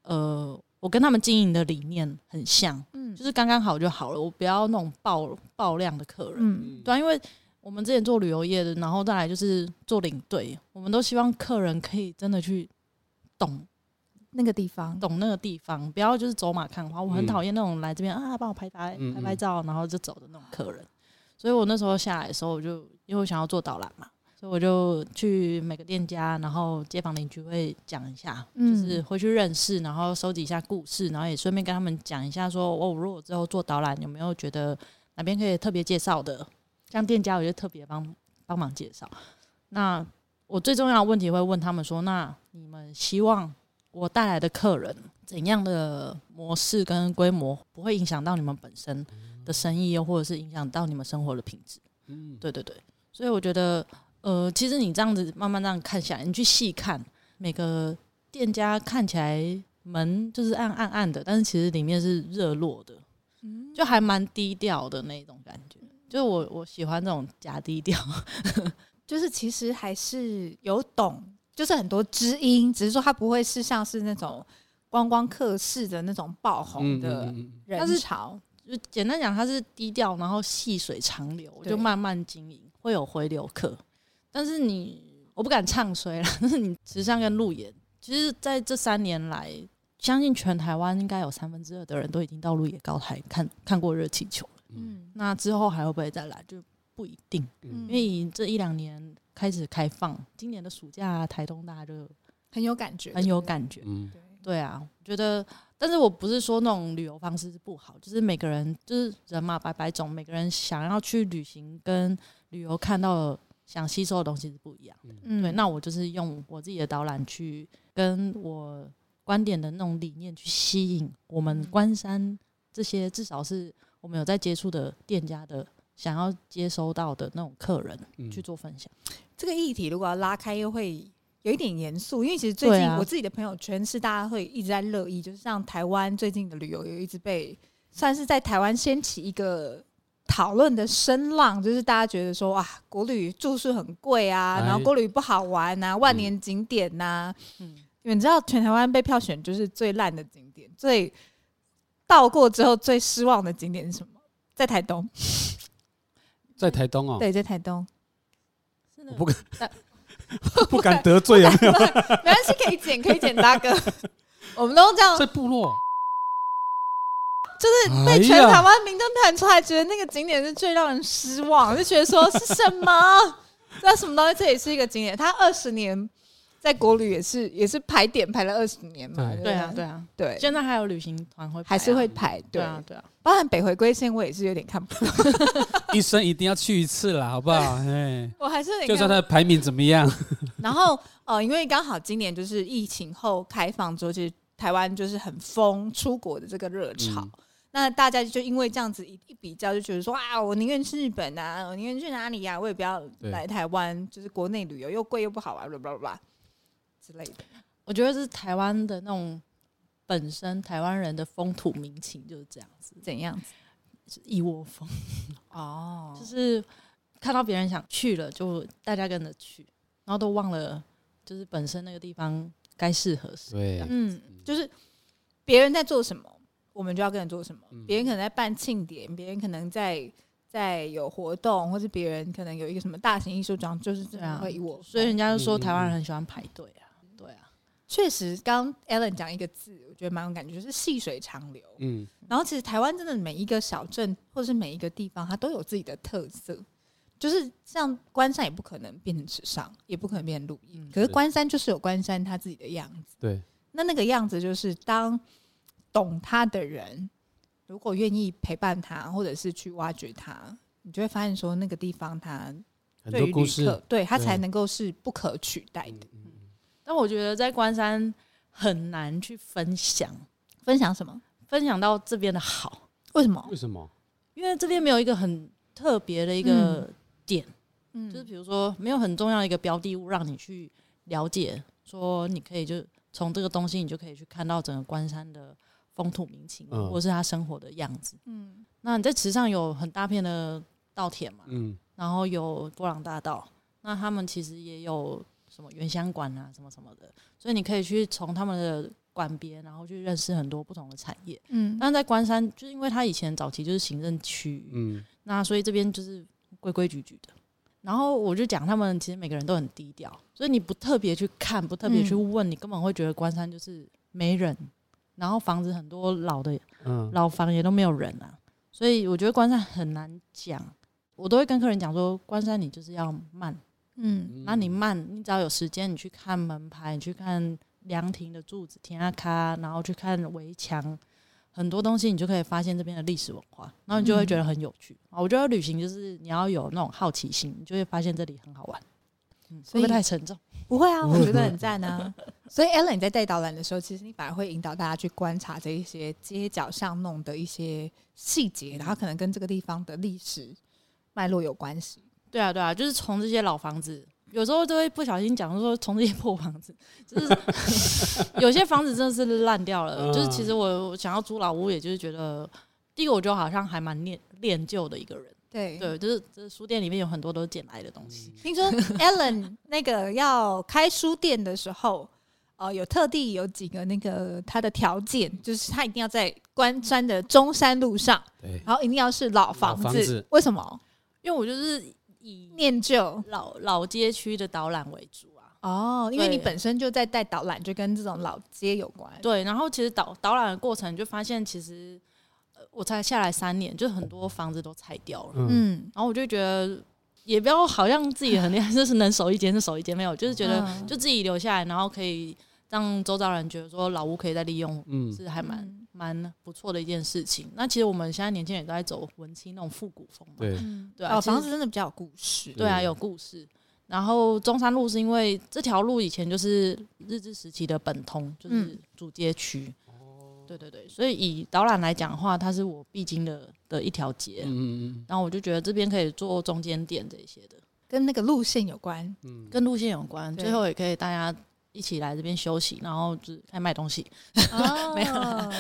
Speaker 4: 呃，我跟他们经营的理念很像，
Speaker 2: 嗯
Speaker 4: 就是刚刚好就好了，我不要那种爆爆量的客人，
Speaker 2: 嗯，
Speaker 4: 对啊，因为我们之前做旅游业的，然后再来就是做领队，我们都希望客人可以真的去懂
Speaker 2: 那个地方
Speaker 4: 懂那个地方，不要就是走马看花。我很
Speaker 3: 嗯
Speaker 4: 讨厌那种来这边啊，帮我拍拍
Speaker 3: 嗯嗯
Speaker 4: 拍拍照，然后就走的那种客人。所以我那时候下来的时候，我就因为我想要做导览嘛，所以我就去每个店家，然后街坊邻居会讲一下，
Speaker 2: 嗯
Speaker 4: 就是回去认识，然后收集一下故事，然后也顺便跟他们讲一下说，哦，如果之后做导览，有没有觉得哪边可以特别介绍的？像店家，我就特别帮帮忙介绍。那我最重要的问题会问他们说，那你们希望我带来的客人怎样的模式跟规模不会影响到你们本身的生意，又或者是影响到你们生活的品质？
Speaker 3: 嗯，
Speaker 4: 对对对，所以我觉得，呃，其实你这样子慢慢这样看下来，你去细看每个店家看起来门就是暗暗嗯暗的，但是其实里面是热络的，就还蛮低调的那种感觉。就是我我喜欢这种假低调，
Speaker 2: 就是其实还是有懂，就是很多知音，只是说他不会是像是那种观光客式的那种爆红的
Speaker 3: 嗯
Speaker 4: 但是
Speaker 2: 人潮。
Speaker 4: 就简单讲，它是低调，然后细水长流，
Speaker 2: 对
Speaker 4: 就慢慢经营，会有回流客。但是你，我不敢唱衰啦， 但是你时尚跟路演，其实在这三年来，相信全台湾应该有三分之二的人都已经到路野高台看看过热气球了。
Speaker 3: 嗯
Speaker 2: 嗯
Speaker 4: 那之后还会不会再来，就不一定，
Speaker 2: 嗯
Speaker 4: 因为这一两年开始开放，今年的暑假、啊、台东大热
Speaker 2: 很有感觉，
Speaker 4: 很有感觉。
Speaker 3: 嗯
Speaker 2: 对不对。
Speaker 4: 对啊，我觉得，但是我不是说那种旅游方式是不好，就是每个人就是人嘛，百百种，每个人想要去旅行跟旅游看到的想吸收的东西是不一样。
Speaker 2: 嗯
Speaker 4: 对，那我就是用我自己的导览去跟我观点的那种理念去吸引我们
Speaker 2: 嗯
Speaker 4: 关山这些至少是我们有在接触的店家的想要接收到的那种客人
Speaker 3: 嗯
Speaker 4: 去做分享。
Speaker 2: 这个议题如果要拉开，又会有一点严肃，因为其实最
Speaker 4: 对
Speaker 2: 近
Speaker 4: 啊
Speaker 2: 我自己的朋友圈是大家会一直在热议，就是像台湾最近的旅游有一直被算是在台湾掀起一个。讨论的声浪就是大家觉得说啊，国旅住宿很贵啊，
Speaker 3: 哎
Speaker 2: 然后国旅不好玩呐、万年景点啊呐、
Speaker 4: 嗯，
Speaker 2: 你们知道全台湾被票选就是最烂的景点，最到过之后最失望的景点是什么？在台东，
Speaker 3: 在台东哦，
Speaker 2: 对，在台 东，
Speaker 4: 是
Speaker 3: 我
Speaker 4: 的，
Speaker 3: 不敢不敢得罪啊，
Speaker 2: 没关系，可以剪，可以剪，大 哥，我们都这样
Speaker 3: 在部落
Speaker 2: 就是被全台湾民众弹出来，觉得那个景点是最让人失望，就觉得说是什么？ 那什么东西？这也是一个景点，它二十年在国旅也是也是排点排了二十年嘛。
Speaker 3: 对
Speaker 2: 不
Speaker 4: 对啊，对啊，
Speaker 2: 对，
Speaker 4: 现在还有旅行团会、
Speaker 2: 还是会。排。对
Speaker 4: 对啊，，对啊，
Speaker 2: 包含北回归线，我也是有点看不懂，
Speaker 3: 一生一定要去一次啦，好不好？哎，
Speaker 2: 我还是有
Speaker 3: 就
Speaker 2: 点看不懂。
Speaker 3: 算它的排名怎么样，
Speaker 2: 然后呃，因为刚好今年就是疫情后开放之后，其实台湾就是很疯出国的这个热潮。
Speaker 3: 嗯
Speaker 2: 那大家就因为这样子一一比较，就觉得说啊，我宁愿去日本啊，我宁愿去哪里呀、我也不要
Speaker 3: 对
Speaker 2: 来台湾，就是国内旅游又贵又不好玩，blah blah blah 之类的。
Speaker 4: 我觉得是台湾的那种本身台湾人的风土民情就是这样子，
Speaker 2: 怎样子？
Speaker 4: 是一窝蜂，
Speaker 2: 哦
Speaker 4: 就，是看到别人想去了，就大家跟着去，然后都忘了就是本身那个地方该适合谁。
Speaker 3: 对
Speaker 2: 嗯，就是别人在做什么，我们就要跟着做什么
Speaker 3: 嗯。
Speaker 2: 别、人可能在办庆典，别人可能在在有活动，或是别人可能有一个什么大型艺术展，就是这
Speaker 4: 对啊
Speaker 2: 样会以我。
Speaker 4: 所以人家就
Speaker 3: 嗯
Speaker 4: 说
Speaker 3: 嗯嗯
Speaker 4: 台湾人很喜欢排队啊，对啊，
Speaker 2: 确实，刚 Alan 讲一个字，我觉得蛮有感觉，就是细水长流。
Speaker 3: 嗯，
Speaker 2: 然后其实台湾真的每一个小镇或是每一个地方，它都有自己的特色。就是像关山也不可能变成池上，也不可能变成鹿野，
Speaker 4: 嗯
Speaker 2: 可是
Speaker 3: 是
Speaker 2: 关山就是有关山它自己的样子。
Speaker 3: 对，
Speaker 2: 那那个样子就是当懂它的人，如果愿意陪伴它，或者是去挖掘它，你就会发现说那个地方它
Speaker 3: 很
Speaker 2: 对
Speaker 3: 多
Speaker 2: 于
Speaker 3: 故
Speaker 2: 旅
Speaker 3: 事
Speaker 2: 客，对它
Speaker 3: 对
Speaker 2: 才能够是不可取代
Speaker 3: 嗯
Speaker 2: 的。
Speaker 3: 嗯
Speaker 4: 但我觉得在关山很难去分享，
Speaker 2: 分享什么？
Speaker 4: 分享到这边的好，
Speaker 2: 为什么
Speaker 3: 嗯？为什么？
Speaker 4: 因为这边没有一个很特别的一个点。
Speaker 2: 嗯，
Speaker 4: 就是比如说没有很重要的一个标的物让你去了解，说你可以就从这个东西你就可以去看到整个关山的风土民情，
Speaker 3: 嗯
Speaker 4: 或者是他生活的样子。
Speaker 2: 嗯
Speaker 4: 那你在池上有很大片的稻田嘛，
Speaker 3: 嗯，
Speaker 4: 然后有波朗大道，那他们其实也有什么原乡馆啊，什么什么的，所以你可以去从他们的馆别，然后去认识很多不同的产业。
Speaker 2: 嗯，
Speaker 4: 但在关山，就是因为它以前早期就是行政区，
Speaker 3: 嗯，
Speaker 4: 那所以这边就是规规矩矩的。然后我就讲他们其实每个人都很低调，所以你不特别去看，不特别去问，你根本会觉得关山就是没人，然后房子很多老的
Speaker 3: 嗯，
Speaker 4: 老房也都没有人啊，所以我觉得关山很难讲。我都会跟客人讲说，关山你就是要慢，
Speaker 2: 嗯
Speaker 4: 那你慢，你只要有时间，你去看门牌，你去看凉亭的柱子、天啊咖，然后去看围墙，很多东西你就可以发现这边的历史文化，然后你就会觉得很有趣。啊我觉得旅行就是你要有那种好奇心，你就会发现这里很好玩。嗯，
Speaker 2: 所
Speaker 4: 会不
Speaker 2: 以
Speaker 4: 会太沉重？
Speaker 2: 不会 啊，
Speaker 3: 不
Speaker 2: 我
Speaker 3: 会
Speaker 2: 觉得很赞啊。所以 Ellen 你在带导览的时候，其实你反而会引导大家去观察这一些街角巷弄的一些细节，然后可能跟这个地方的历史脉络有关系。
Speaker 4: 对啊，对啊，就是从这些老房子，有时候都会不小心讲说从这些破房子，就是 有些房子真的是烂掉了。就是其实我我想要租老屋，也就是觉得第一个，我觉得好像还蛮念恋旧的一个人，
Speaker 2: 对
Speaker 4: 对，就是这书店里面有很多都是捡来的东西。
Speaker 2: 听说 Ellen 那个要开书店的时候，呃，有特地有几个那个他的条件，就是他一定要在关山的中山路上，
Speaker 3: 对，
Speaker 2: 然后一定要是老房
Speaker 3: 嗯老房子
Speaker 2: 为什么？
Speaker 4: 因为我就是以
Speaker 2: 念旧
Speaker 4: 老老街区的导览为主啊。
Speaker 2: 哦，因为
Speaker 4: 对
Speaker 2: 你本身就在带导览，就跟这种老街有关。
Speaker 4: 对，然后其实导导览的过程就发现，其实呃我才下来三年，就很多房子都拆掉了。
Speaker 3: 嗯，
Speaker 2: 嗯，
Speaker 4: 然后我就觉得，也不要好像自己很厉害， 就是能守一间是守一间，没有，就是觉得
Speaker 2: 嗯
Speaker 4: 就自己留下来，然后可以让周遭人觉得说老屋可以再利用，
Speaker 3: 嗯，
Speaker 4: 是还蛮
Speaker 2: 嗯
Speaker 4: 蛮不错的一件事情。那其实我们现在年轻人都在走文青那种复古风嘛，
Speaker 3: 对，
Speaker 2: 嗯
Speaker 4: 对啊
Speaker 2: 老
Speaker 4: 其实
Speaker 2: 房子真的比较有故事。
Speaker 4: 对啊，
Speaker 3: 嗯
Speaker 4: 有故事。然后中山路是因为这条路以前就是日治时期的本通，就是
Speaker 2: 嗯
Speaker 4: 主街区。
Speaker 2: 哦
Speaker 4: 对对对，所以以导览来讲的话，它是我必经的的一条街。
Speaker 3: 嗯嗯
Speaker 4: 然后我就觉得这边可以做中间点这些的，
Speaker 2: 跟那个路线有关，
Speaker 3: 嗯嗯，
Speaker 4: 跟路线有关。
Speaker 2: 对
Speaker 4: 最后也可以大家一起来这边休息，然后就是开始卖东 西， 没有啦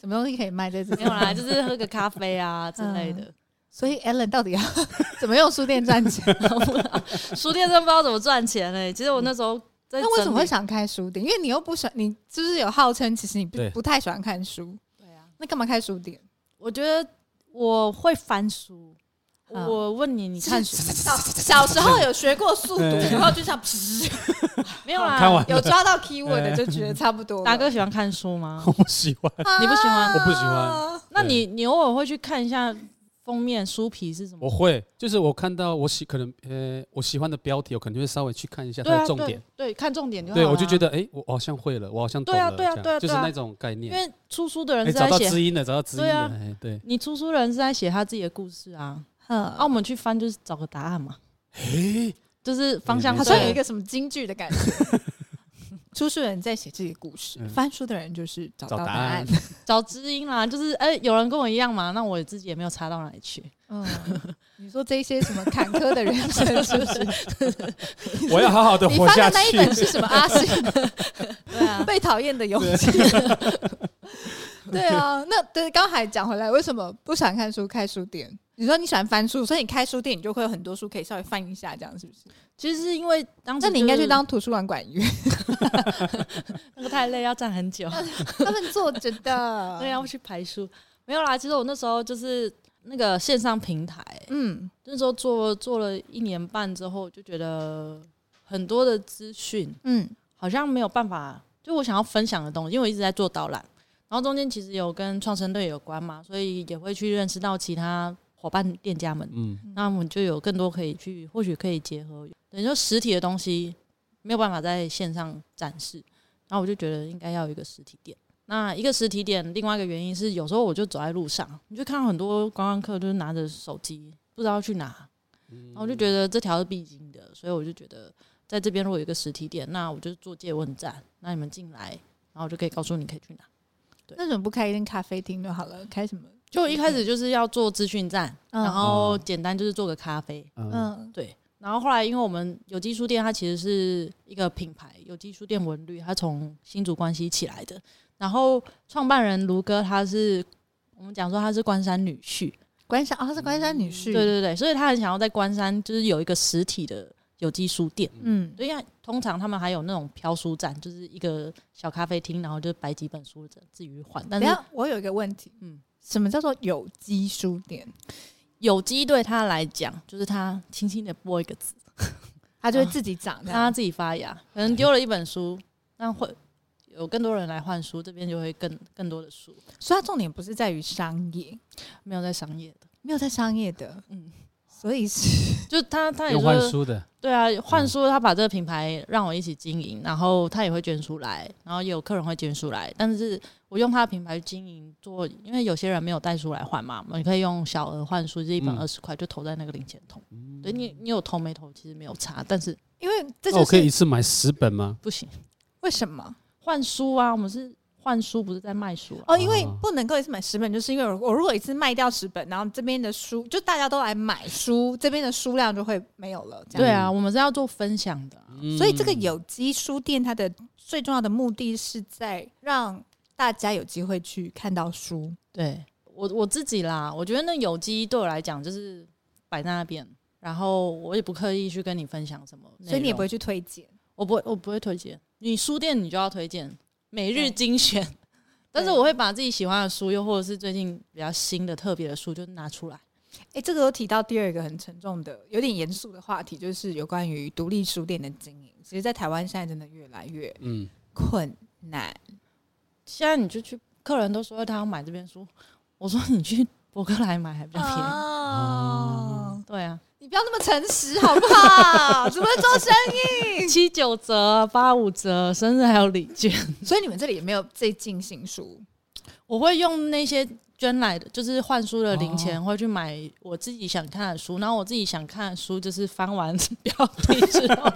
Speaker 2: 什么东西可以卖在这里
Speaker 4: 哦没有啦，就是喝个咖啡啊之类的。
Speaker 2: 所以 Ellen 到底要 怎么用书店赚钱？
Speaker 4: 书店真不知道怎么赚钱嘞、其实我那时候在
Speaker 2: 那为什么会
Speaker 4: 整
Speaker 2: 想开书店？因为你又不喜欢，你就是有号称其实你不
Speaker 3: 对
Speaker 2: 不太喜欢看书，
Speaker 4: 理？对啊，
Speaker 2: 那干嘛开书店？
Speaker 4: 我觉得我会翻书。
Speaker 2: 嗯
Speaker 4: 我问你，你 看书
Speaker 2: 小小时候有学过速读，
Speaker 3: 对
Speaker 2: 然后就想噗
Speaker 4: 没有啦？
Speaker 3: 看完
Speaker 2: 有抓到 keyword 就觉得
Speaker 3: 嗯
Speaker 2: 差不多了。
Speaker 4: 达哥喜欢看书吗？
Speaker 3: 我不喜欢，
Speaker 2: 啊嗯
Speaker 4: 你不喜欢
Speaker 3: 我不喜欢，
Speaker 4: 那你你偶尔会去看一下封面书皮是什么
Speaker 3: 我？会，就是我看到我喜可能呃我喜欢的标题，我可能会稍微去看一下
Speaker 4: 对
Speaker 3: 它
Speaker 4: 啊，
Speaker 3: 的重
Speaker 4: 对
Speaker 3: 点，
Speaker 4: 对，看重点就好
Speaker 3: 对我
Speaker 4: 了
Speaker 3: 就
Speaker 4: 啊
Speaker 3: 觉，得哎，我我好像会了，我好像懂
Speaker 4: 对啊
Speaker 3: 了，
Speaker 4: 对啊
Speaker 3: 这样
Speaker 4: 对啊
Speaker 3: 就是
Speaker 4: 对啊
Speaker 3: 那种概
Speaker 4: 因
Speaker 3: 念，
Speaker 4: 为出书的
Speaker 3: 哎，
Speaker 4: 人是
Speaker 3: 找
Speaker 4: 在
Speaker 3: 到
Speaker 4: 写，
Speaker 3: 知音了，找到知音
Speaker 4: 对啊
Speaker 3: 了，哎，对，
Speaker 4: 你出书的人是在写他自己的故事啊。啊，我
Speaker 2: 嗯，
Speaker 4: 们去翻就是找个答案嘛，
Speaker 3: 哎，
Speaker 4: 就是方向
Speaker 3: 嗯
Speaker 2: 好
Speaker 3: 没
Speaker 2: 像
Speaker 3: 错
Speaker 2: 有一
Speaker 4: 对
Speaker 2: 个什么京剧的感觉。 出书人在写自己的故事，
Speaker 3: 嗯
Speaker 2: 翻书的人就是找到
Speaker 3: 找
Speaker 2: 答
Speaker 3: 答
Speaker 2: 案。
Speaker 3: 案
Speaker 4: 找知音啦，就是哎、有人跟我一样嘛，那我自己也没有差到哪里去。
Speaker 2: 嗯，你说这些什么坎坷的人生，是不 是？
Speaker 3: 我要好好的
Speaker 2: 你
Speaker 3: 活
Speaker 2: 翻
Speaker 3: 下
Speaker 2: 的
Speaker 3: 去
Speaker 2: 那一，本是什么？阿信
Speaker 4: 对 啊，
Speaker 2: 被讨厌的勇气。对啊，那对，刚才讲回来，为什么不想看书开书店？你说你喜欢翻书，所以你开书店，你就会有很多书可以稍微翻一下，这样是不是？
Speaker 4: 其实是因为当时
Speaker 2: 那你应该
Speaker 4: 就
Speaker 2: 去
Speaker 4: 是
Speaker 2: 当图书馆管员，
Speaker 4: 那个太累，要站很久。
Speaker 2: 他们坐着 的。
Speaker 4: 对啊，，要去排书。没有啦，其实我那时候就是那个线上平台，
Speaker 2: 嗯，
Speaker 4: 那时候做做了一年半之后，就觉得很多的资讯
Speaker 2: 嗯，
Speaker 4: 好像没有办法，就我想要分享的东西，因为我一直在做导览，然后中间其实有跟创生队有关嘛，所以也会去认识到其他伙伴店家们，
Speaker 3: 嗯，
Speaker 4: 那我们就有更多可以去，或许可以结合，等于说实体的东西没有办法在线上展示，然后我就觉得应该要有一个实体店。那一个实体店，另外一个原因是，有时候我就走在路上，你就看到很多观光客就是拿着手机，不知道去哪，然嗯后我就觉得这条是必经的，所以我就觉得在这边如果有一个实体店，那我就做借问站，那你们进来，然后我就可以告诉你可以去哪。
Speaker 2: 那怎么不开一间咖啡厅就好了？开什么？
Speaker 4: 就一开始就是要做资讯站，
Speaker 2: 嗯
Speaker 4: 然后简单就是做个咖啡，
Speaker 3: 嗯
Speaker 2: 嗯
Speaker 4: 对，然后后来因为我们有机书店，它其实是一个品牌，有机书店文旅，它从新竹关系起来的。然后创办人卢哥，他是我们讲说他是关山女婿，
Speaker 2: 关山哦，她是关山女婿。
Speaker 4: 对，对对，所以他很想要在关山就是有一个实体的有机书店。
Speaker 2: 嗯，
Speaker 4: 对，因为通常他们还有那种飘书站，就是一个小咖啡厅，然后就摆几本书自己去换。但
Speaker 2: 等一
Speaker 4: 是
Speaker 2: 下我有一个问题，
Speaker 4: 嗯
Speaker 2: 什么叫做有机书店？
Speaker 4: 有机对他来讲，就是他轻轻的播一个字，
Speaker 2: 它就会自己长这
Speaker 4: 让
Speaker 2: 样。
Speaker 4: 它自己发芽。可能丢了一本书，那会有更多人来换书，这边就会更更多的书，
Speaker 2: 所以它重点不是在于商业，
Speaker 4: 没有在商业的。
Speaker 2: 没有在商业的，
Speaker 4: 嗯，
Speaker 2: 所以是
Speaker 4: 就他他也
Speaker 3: 用换
Speaker 4: 说，
Speaker 3: 书的，
Speaker 4: 对啊，换书他把这个品牌让我一起经营，然后他也会捐出来，然后也有客人会捐出来，但是我用他的品牌去经营做，因为有些人没有带书来换嘛，你可以用小额换书，这一本
Speaker 3: 嗯
Speaker 4: 二十块就投在那个零钱桶。对你你有投没投其实没有差，但是
Speaker 2: 因为这
Speaker 4: 哦
Speaker 3: 那我
Speaker 2: 就
Speaker 3: 可以一
Speaker 2: 是
Speaker 3: 次买十本吗？
Speaker 4: 不行
Speaker 2: 为什么
Speaker 4: 换书啊，我们是换书不是在卖书、啊。
Speaker 2: 哦，因为
Speaker 3: 哦
Speaker 2: 不能够一次买十本，就是因为我如果一次卖掉十本，然后这边的书就大家都来买书，这边的书量就会没有了，这样。
Speaker 4: 对啊，我们是要做分享的啊、
Speaker 2: 所以这个有机书店它的最重要的目的是在让大家有机会去看到书。
Speaker 4: 对我我自己啦，我觉得那有机对我来讲就是摆在那边，然后我也不刻意去跟你分享什么内容，
Speaker 2: 所以你也不会去推荐。
Speaker 4: 我不会，我不会推荐。你书店你就要推荐每日
Speaker 2: 对
Speaker 4: 精选，但是我会把自己喜欢的书，又或者是最近比较新的特别的书，就拿出来。
Speaker 2: 哎、这个有提到第二个很沉重的、有点严肃的话题，就是有关于独立书店的经营。其实，在台湾现在真的越来越
Speaker 3: 嗯，
Speaker 2: 困难。
Speaker 4: 现在你就去，客人都说他要买这边书，我说你去博客来买还比较便宜。
Speaker 2: 啊哦，
Speaker 4: 对啊，
Speaker 2: 你不要那么诚实好不好？怎么会做生意？
Speaker 4: 七九折、八五折，甚至还有礼券。
Speaker 2: 所以你们这里也没有最近新书，
Speaker 4: 我会用那些捐来的，就是换书的零
Speaker 2: 哦
Speaker 4: 钱，会去买我自己想看的书。然后我自己想看的书，就是翻完标题之后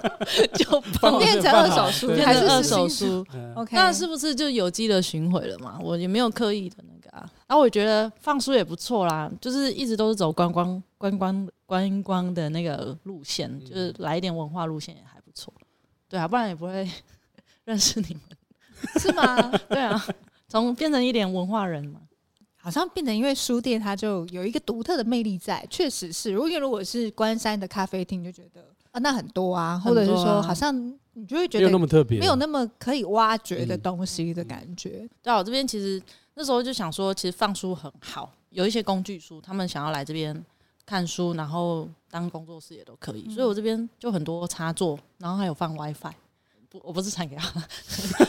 Speaker 4: 就
Speaker 3: 放
Speaker 4: 放
Speaker 3: 着
Speaker 2: 变成
Speaker 3: 放
Speaker 2: 二
Speaker 3: 好
Speaker 2: 手书
Speaker 3: 对
Speaker 2: 还
Speaker 4: 变
Speaker 2: 是
Speaker 4: 成二
Speaker 2: 是
Speaker 4: 手
Speaker 2: 新书
Speaker 4: 书。
Speaker 3: 嗯
Speaker 2: OK，
Speaker 4: 那是不是就有机的巡回了嘛？我也没有刻意的那个啊。然后我觉得放书也不错啦，就是一直都是走观光、观光、观光的那个路线，
Speaker 2: 嗯
Speaker 4: 就是来一点文化路线也还不错。对啊，不然也不会 认识你们。
Speaker 2: 是吗？
Speaker 4: 对啊，从变成一点文化人嘛。
Speaker 2: 好像变成因为书店它就有一个独特的魅力在，确实是。如果因为如果是关山的咖啡厅，就觉得啊那很多啊，或者是
Speaker 4: 很多
Speaker 2: 说
Speaker 4: 啊
Speaker 2: 好像你就会觉
Speaker 3: 没有那
Speaker 2: 得
Speaker 3: 么特别，啊
Speaker 2: 没有那么可以挖掘的东西的感觉。
Speaker 4: 对啊，我这边其实那时候就想说，其实放书很好，有一些工具书，他们想要来这边看书，然后当工作室也都可以。所以我这边就很多插座，然后还有放 WiFi。不，我不是传给他，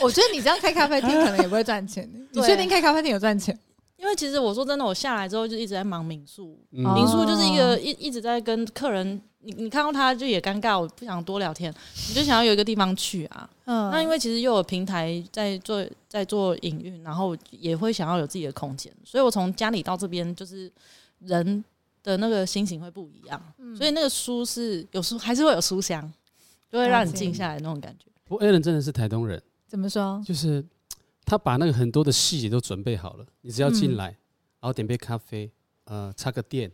Speaker 2: 我觉得你这样开咖啡厅可能也不会赚 钱的。你
Speaker 4: 对
Speaker 2: 确定开咖啡厅有赚钱？
Speaker 4: 因为其实我说真的，我下来之后就一直在忙民宿，
Speaker 3: 嗯
Speaker 2: 哦
Speaker 4: 民宿就是一个一一直在跟客人，你你看到他就也尴尬，我不想多聊天，你就想要有一个地方去啊。
Speaker 2: 嗯
Speaker 4: 那因为其实又有平台在做在做营运，然后也会想要有自己的空间，所以我从家里到这边就是人的那个心情会不一样，所以那个书是有书还是会有书香，就会让你静下来那种感觉。
Speaker 3: 不过 Alan 真的是台东人，
Speaker 2: 怎么说？
Speaker 3: 就是他把那个很多的细节都准备好了，你只要进来，然后点杯咖啡，呃，插个电，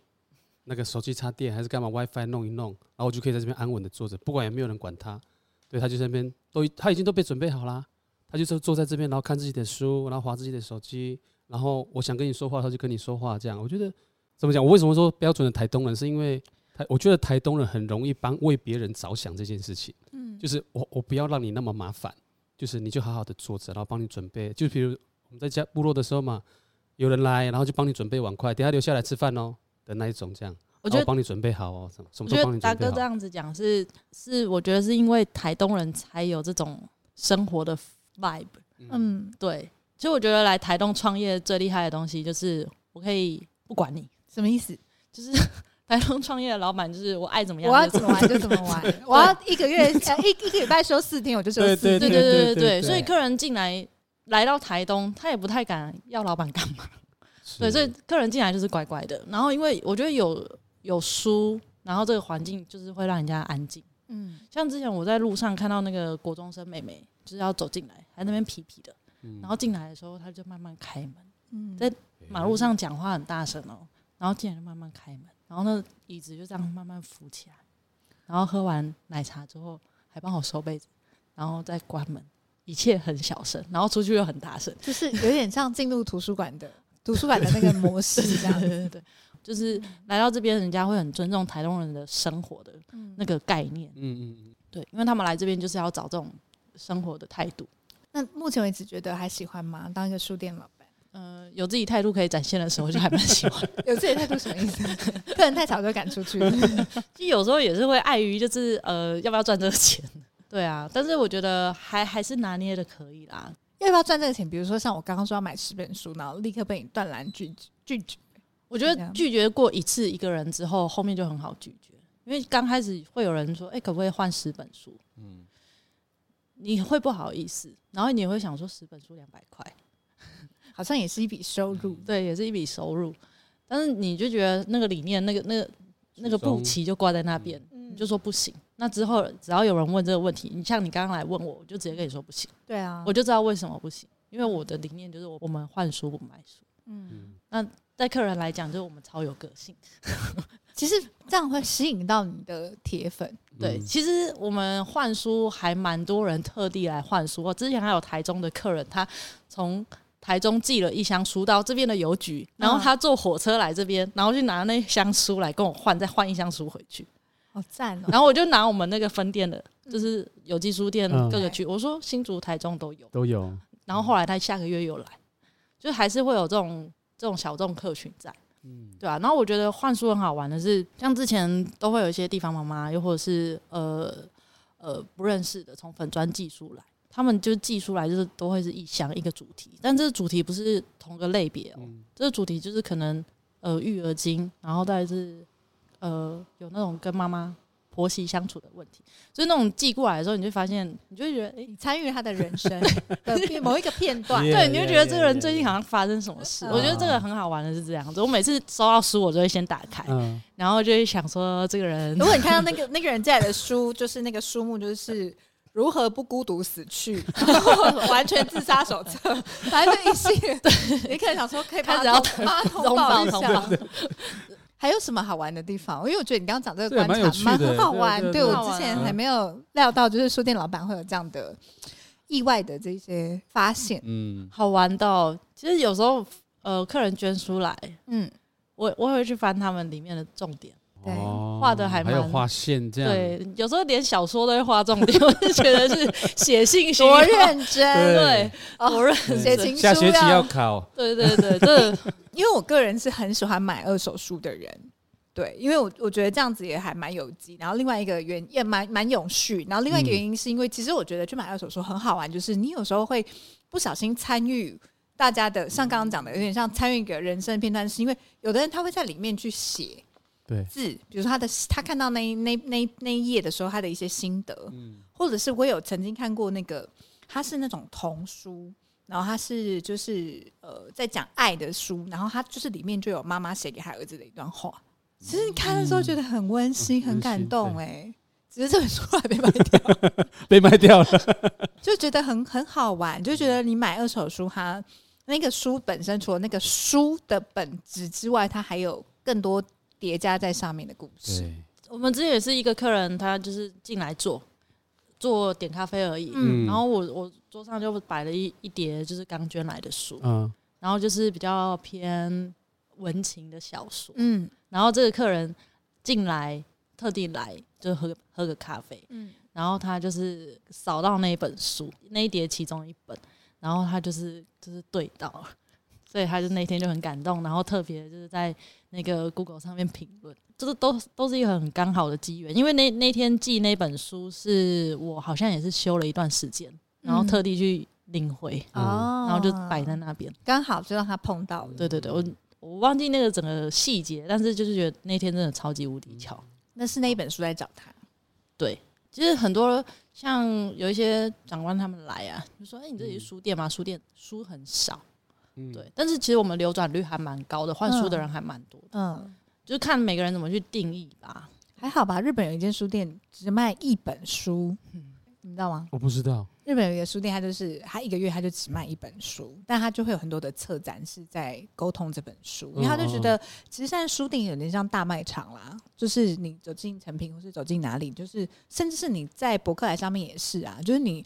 Speaker 3: 那个手机插电还是干嘛，WiFi 弄一弄，然后我就可以在这边安稳的坐着，不管有没有人管他，对他就在那边都他已经都被准备好啦，他就是坐在这边，然后看自己的书，然后划自己的手机，然后我想跟你说话，他就跟你说话，这样我觉得怎么讲？我为什么说标准的台东人，是因为台我觉得台东人很容易帮为别人着想这件事情。
Speaker 2: 嗯，
Speaker 3: 就是我我不要让你那么麻烦，就是你就好好的坐着，然后帮你准备。就比如我们在家部落的时候嘛，有人来，然后就帮你准备碗筷，等下留下来吃饭哦的那一种，这样，
Speaker 4: 我
Speaker 3: 然
Speaker 4: 觉
Speaker 3: 后
Speaker 4: 得
Speaker 3: 我帮你准备好哦，什么什
Speaker 4: 我
Speaker 3: 么
Speaker 4: 觉
Speaker 3: 都帮
Speaker 4: 得
Speaker 3: 你
Speaker 4: 达
Speaker 3: 准备
Speaker 4: 哥这
Speaker 3: 好。
Speaker 4: 样子讲是是，我觉得是因为台东人才有这种生活的 vibe。
Speaker 2: 嗯，
Speaker 4: 对，其实我觉得来台东创业最厉害的东西就是我可以不管你，
Speaker 2: 什么意思？
Speaker 4: 就是 台东创业的老板就是我爱怎么
Speaker 2: 我
Speaker 4: 样
Speaker 2: 要
Speaker 4: 就
Speaker 2: 怎么玩就怎么玩， 我要一个月呃一一个礼拜休四天，我就休四
Speaker 3: 对
Speaker 2: 天。
Speaker 4: 对
Speaker 3: 对对
Speaker 4: 对对
Speaker 3: 对
Speaker 4: 对
Speaker 3: 对
Speaker 4: 对，所以客人进来来到台东，他也不太敢要老板干嘛。对，所以客人进来就是乖乖的。然后因为我觉得有有书，然后这个环境就是会让人家安静。
Speaker 2: 嗯，
Speaker 4: 像之前我在路上看到那个国中生妹妹，就是要走进来，还在那边皮皮的。
Speaker 3: 嗯
Speaker 4: 然后进来的时候，她就慢慢开门，
Speaker 2: 嗯
Speaker 4: 在马路上讲话很大声哦，然后进来就慢慢开门，然后那椅子就这样慢慢扶起来，然后喝完奶茶之后还帮我收杯子，然后再关门，一切很小声，然后出去又很大声，
Speaker 2: 就是有点像进入图书馆的图书馆的那个模 式这样
Speaker 4: 对
Speaker 2: 子。
Speaker 4: 对对，就是来到这边，人家会很尊重台东人的生活的那个概念，
Speaker 3: 嗯嗯
Speaker 4: 对，因为他们来这边就是要找这种生活的态度，
Speaker 2: 那目前为止觉得还喜欢吗？当一个书店老板，
Speaker 4: 呃，有自己态度可以展现的时候，就还蛮喜欢。
Speaker 2: 有这些态度什么意思？ 客人太吵就赶出 去。
Speaker 4: 其实有时候也是会碍于就是呃要不要赚这个钱，对啊，但是我觉得还还是拿捏的可以啦。
Speaker 2: 要不要赚这个钱？比如说像我刚刚说要买十本书，然后立刻被你断然拒绝拒绝。
Speaker 4: 我觉
Speaker 2: 对
Speaker 4: 得
Speaker 2: 啊
Speaker 4: 拒绝过一次一个人之后，后面就很好拒绝，因为刚开始会有人说，哎、可不可以换十本书？嗯，你会不好意思，然后你也会想说十本书两百块，
Speaker 2: 好像也是一笔收入，
Speaker 4: 对，也是一笔收入，但是你就觉得那个理念，那个那个那个
Speaker 3: 初
Speaker 4: 步
Speaker 3: 衷
Speaker 4: 棋就挂在那边，
Speaker 2: 嗯
Speaker 4: 你就说不行。那之后只要有人问这个问题，你像你刚刚来问我，我就直接跟你说不行。
Speaker 2: 对啊，
Speaker 4: 我就知道为什么不行，因为我的理念就是我们换书不卖书。
Speaker 2: 嗯，
Speaker 4: 在客人来讲，就是我们超有个性。
Speaker 2: 其实这样会吸引到你的铁粉，
Speaker 4: 对，
Speaker 3: 嗯
Speaker 4: 其实我们换书还蛮多人特地来换书。我之前还有台中的客人，他从台中寄了一箱书到这边的邮局，然后他坐火车来这边，然后去拿那箱书来跟我换，再换一箱书回去。
Speaker 2: 好赞哦！
Speaker 4: 然后我就拿我们那个分店的，就是有机书店
Speaker 3: 嗯
Speaker 4: 各个区，我说新竹、台中都有。
Speaker 3: 都有。
Speaker 4: 然后后来他下个月又来，就还是会有这种这种小众客群在，
Speaker 3: 嗯，
Speaker 4: 对啊。然后我觉得换书很好玩的是，像之前都会有一些地方妈妈，又或者是呃呃不认识的从粉专寄书来，他们就寄书来就是都会是一箱一个主题，但这个主题不是同个类别哦，
Speaker 3: 嗯
Speaker 4: 这个主题就是可能呃育儿经，然后再来是呃有那种跟妈妈。婆媳相处的问题，所以那种寄过来的时候，你就会发现，你就会觉得，哎、
Speaker 2: 你参与了他的人 生的片某一个片段，
Speaker 3: Yeah.
Speaker 4: 对，你就觉得这个人最近好像发生什么事。
Speaker 2: Yeah, yeah, yeah.
Speaker 4: 我觉得这个很好玩的是这样子，我每次收到书，我就会先打开，
Speaker 3: 嗯，
Speaker 4: 然后就会想说这个 人
Speaker 2: 如果你看到那个那个人寄来的书，就是那个书目就是。如何不孤独死去？ 然后完全自杀手册， 反正就一系列。你可能想说，可以把它
Speaker 4: 开始要
Speaker 2: 通把它通
Speaker 4: 拥
Speaker 2: 报
Speaker 4: 抱
Speaker 2: 一
Speaker 4: 同
Speaker 2: 下
Speaker 4: 胞。，
Speaker 2: 还有什么好玩的地方？因为我觉得你刚刚讲这个
Speaker 3: 对
Speaker 2: 观
Speaker 3: 蛮有
Speaker 2: 察
Speaker 3: 趣
Speaker 2: 蛮
Speaker 3: 的
Speaker 2: 很好
Speaker 3: 对
Speaker 2: 玩，对
Speaker 3: 对对
Speaker 2: 我
Speaker 4: 好
Speaker 2: 之
Speaker 4: 玩
Speaker 2: 前
Speaker 3: 啊
Speaker 2: 还没有料到，就是书店老板会有这样的意外的这些发现。
Speaker 3: 嗯，
Speaker 4: 好玩到、其实有时候呃，客人捐书来，
Speaker 2: 嗯，
Speaker 4: 我我也会去翻他们里面的重点。
Speaker 2: 对
Speaker 3: 哦
Speaker 4: 画得还
Speaker 3: 还有
Speaker 4: 蛮
Speaker 3: 画线这样，
Speaker 4: 对，有时候连小说都会划重点，我就觉得是写信息
Speaker 2: 多认真，
Speaker 4: 对，
Speaker 2: 哦
Speaker 4: 多认
Speaker 2: 写
Speaker 4: 真。
Speaker 2: 情书
Speaker 3: 下学期要考，
Speaker 4: 对对对，这
Speaker 2: 因为我个人是很喜欢买二手书的人，对，因为我我觉得这样子也还蛮有机。然后另外一个原也蛮蛮永续，然后另外一个
Speaker 3: 嗯
Speaker 2: 原因是因为，其实我觉得去买二手书很好玩，就是你有时候会不小心参与。大家的像刚刚讲的，有点像参与一个人生片段，是因为有的人他会在里面去写
Speaker 3: 对，
Speaker 2: 字，比如说他的他看到那一那那那一页的时候，他的一些心得，
Speaker 3: 嗯，
Speaker 2: 或者是我有曾经看过那个，它是那种童书，然后它是就是呃在讲爱的书，然后它就是里面就有妈妈写给他儿子的一段话。其实你看的时候觉得很温馨，
Speaker 3: 嗯
Speaker 2: 很感动
Speaker 3: 温
Speaker 2: 哎、只是这本书还没买掉，
Speaker 3: 被卖掉了，
Speaker 2: 就觉得很 很好玩，就觉得你买二手书它那个书本身除了那个书的本质之外，它还有更多叠加在上面的故事。
Speaker 3: 对，
Speaker 4: 我们之前也是一个客人，他就是进来做做点咖啡而已，
Speaker 2: 嗯
Speaker 4: 然后我我桌上就摆了一一叠就是刚捐来的书，
Speaker 3: 嗯，
Speaker 4: 然后就是比较偏文情的小说。
Speaker 2: 嗯
Speaker 4: 然后这个客人进来，特地来就喝喝个咖啡，
Speaker 2: 嗯，
Speaker 4: 然后他就是扫到那一本书，那一叠其中一本，然后他就是就是对到了， 所以他就那天就很感动，然后特别就是在那个 Google 上面评论，就是都都是一个很刚好的机缘，因为那那天寄那本书是我好像也是修了一段时间，然后特地去领回，
Speaker 3: 嗯
Speaker 2: 哦，
Speaker 4: 然后就摆在那边。
Speaker 2: 刚好就让他碰到了。
Speaker 4: 对对对，我我忘记那个整个细节，但是就是觉得那天真的超级无敌巧。
Speaker 2: 那是那一本书在找他。
Speaker 4: 其实很多像有一些长官他们来啊，就说：“哎、你这里是书店吗？书店书很少，
Speaker 3: 嗯
Speaker 4: 对。，但是其实我们流转率还蛮高的，换书的人还蛮多的，
Speaker 2: 嗯，
Speaker 4: 就是看每个人怎么去定义吧。
Speaker 2: 还好吧。日本有一间书店只卖一本书，你知道吗？
Speaker 3: 我不知道，
Speaker 2: 日本有一个书店，它就是它一个月它就只卖一本书，但它就会有很多的策展是在沟通这本书，因为他就觉得其实现在书店有点像大卖场啦，就是你走进成品或是走进哪里，就是甚至是你在博客来上面也是啊，就是你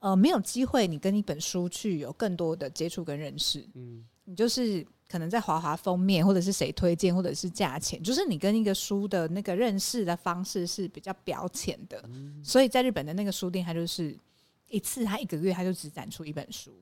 Speaker 2: 呃没有机会你跟一本书去有更多的接触跟认识，
Speaker 3: 嗯，
Speaker 2: 你就是可能在滑滑封面，或者是谁推荐，或者是价钱，就是你跟一个书的那个认识的方式是比较表浅的。所以在日本的那个书店，它就是一次，它一个月它就只展出一本书。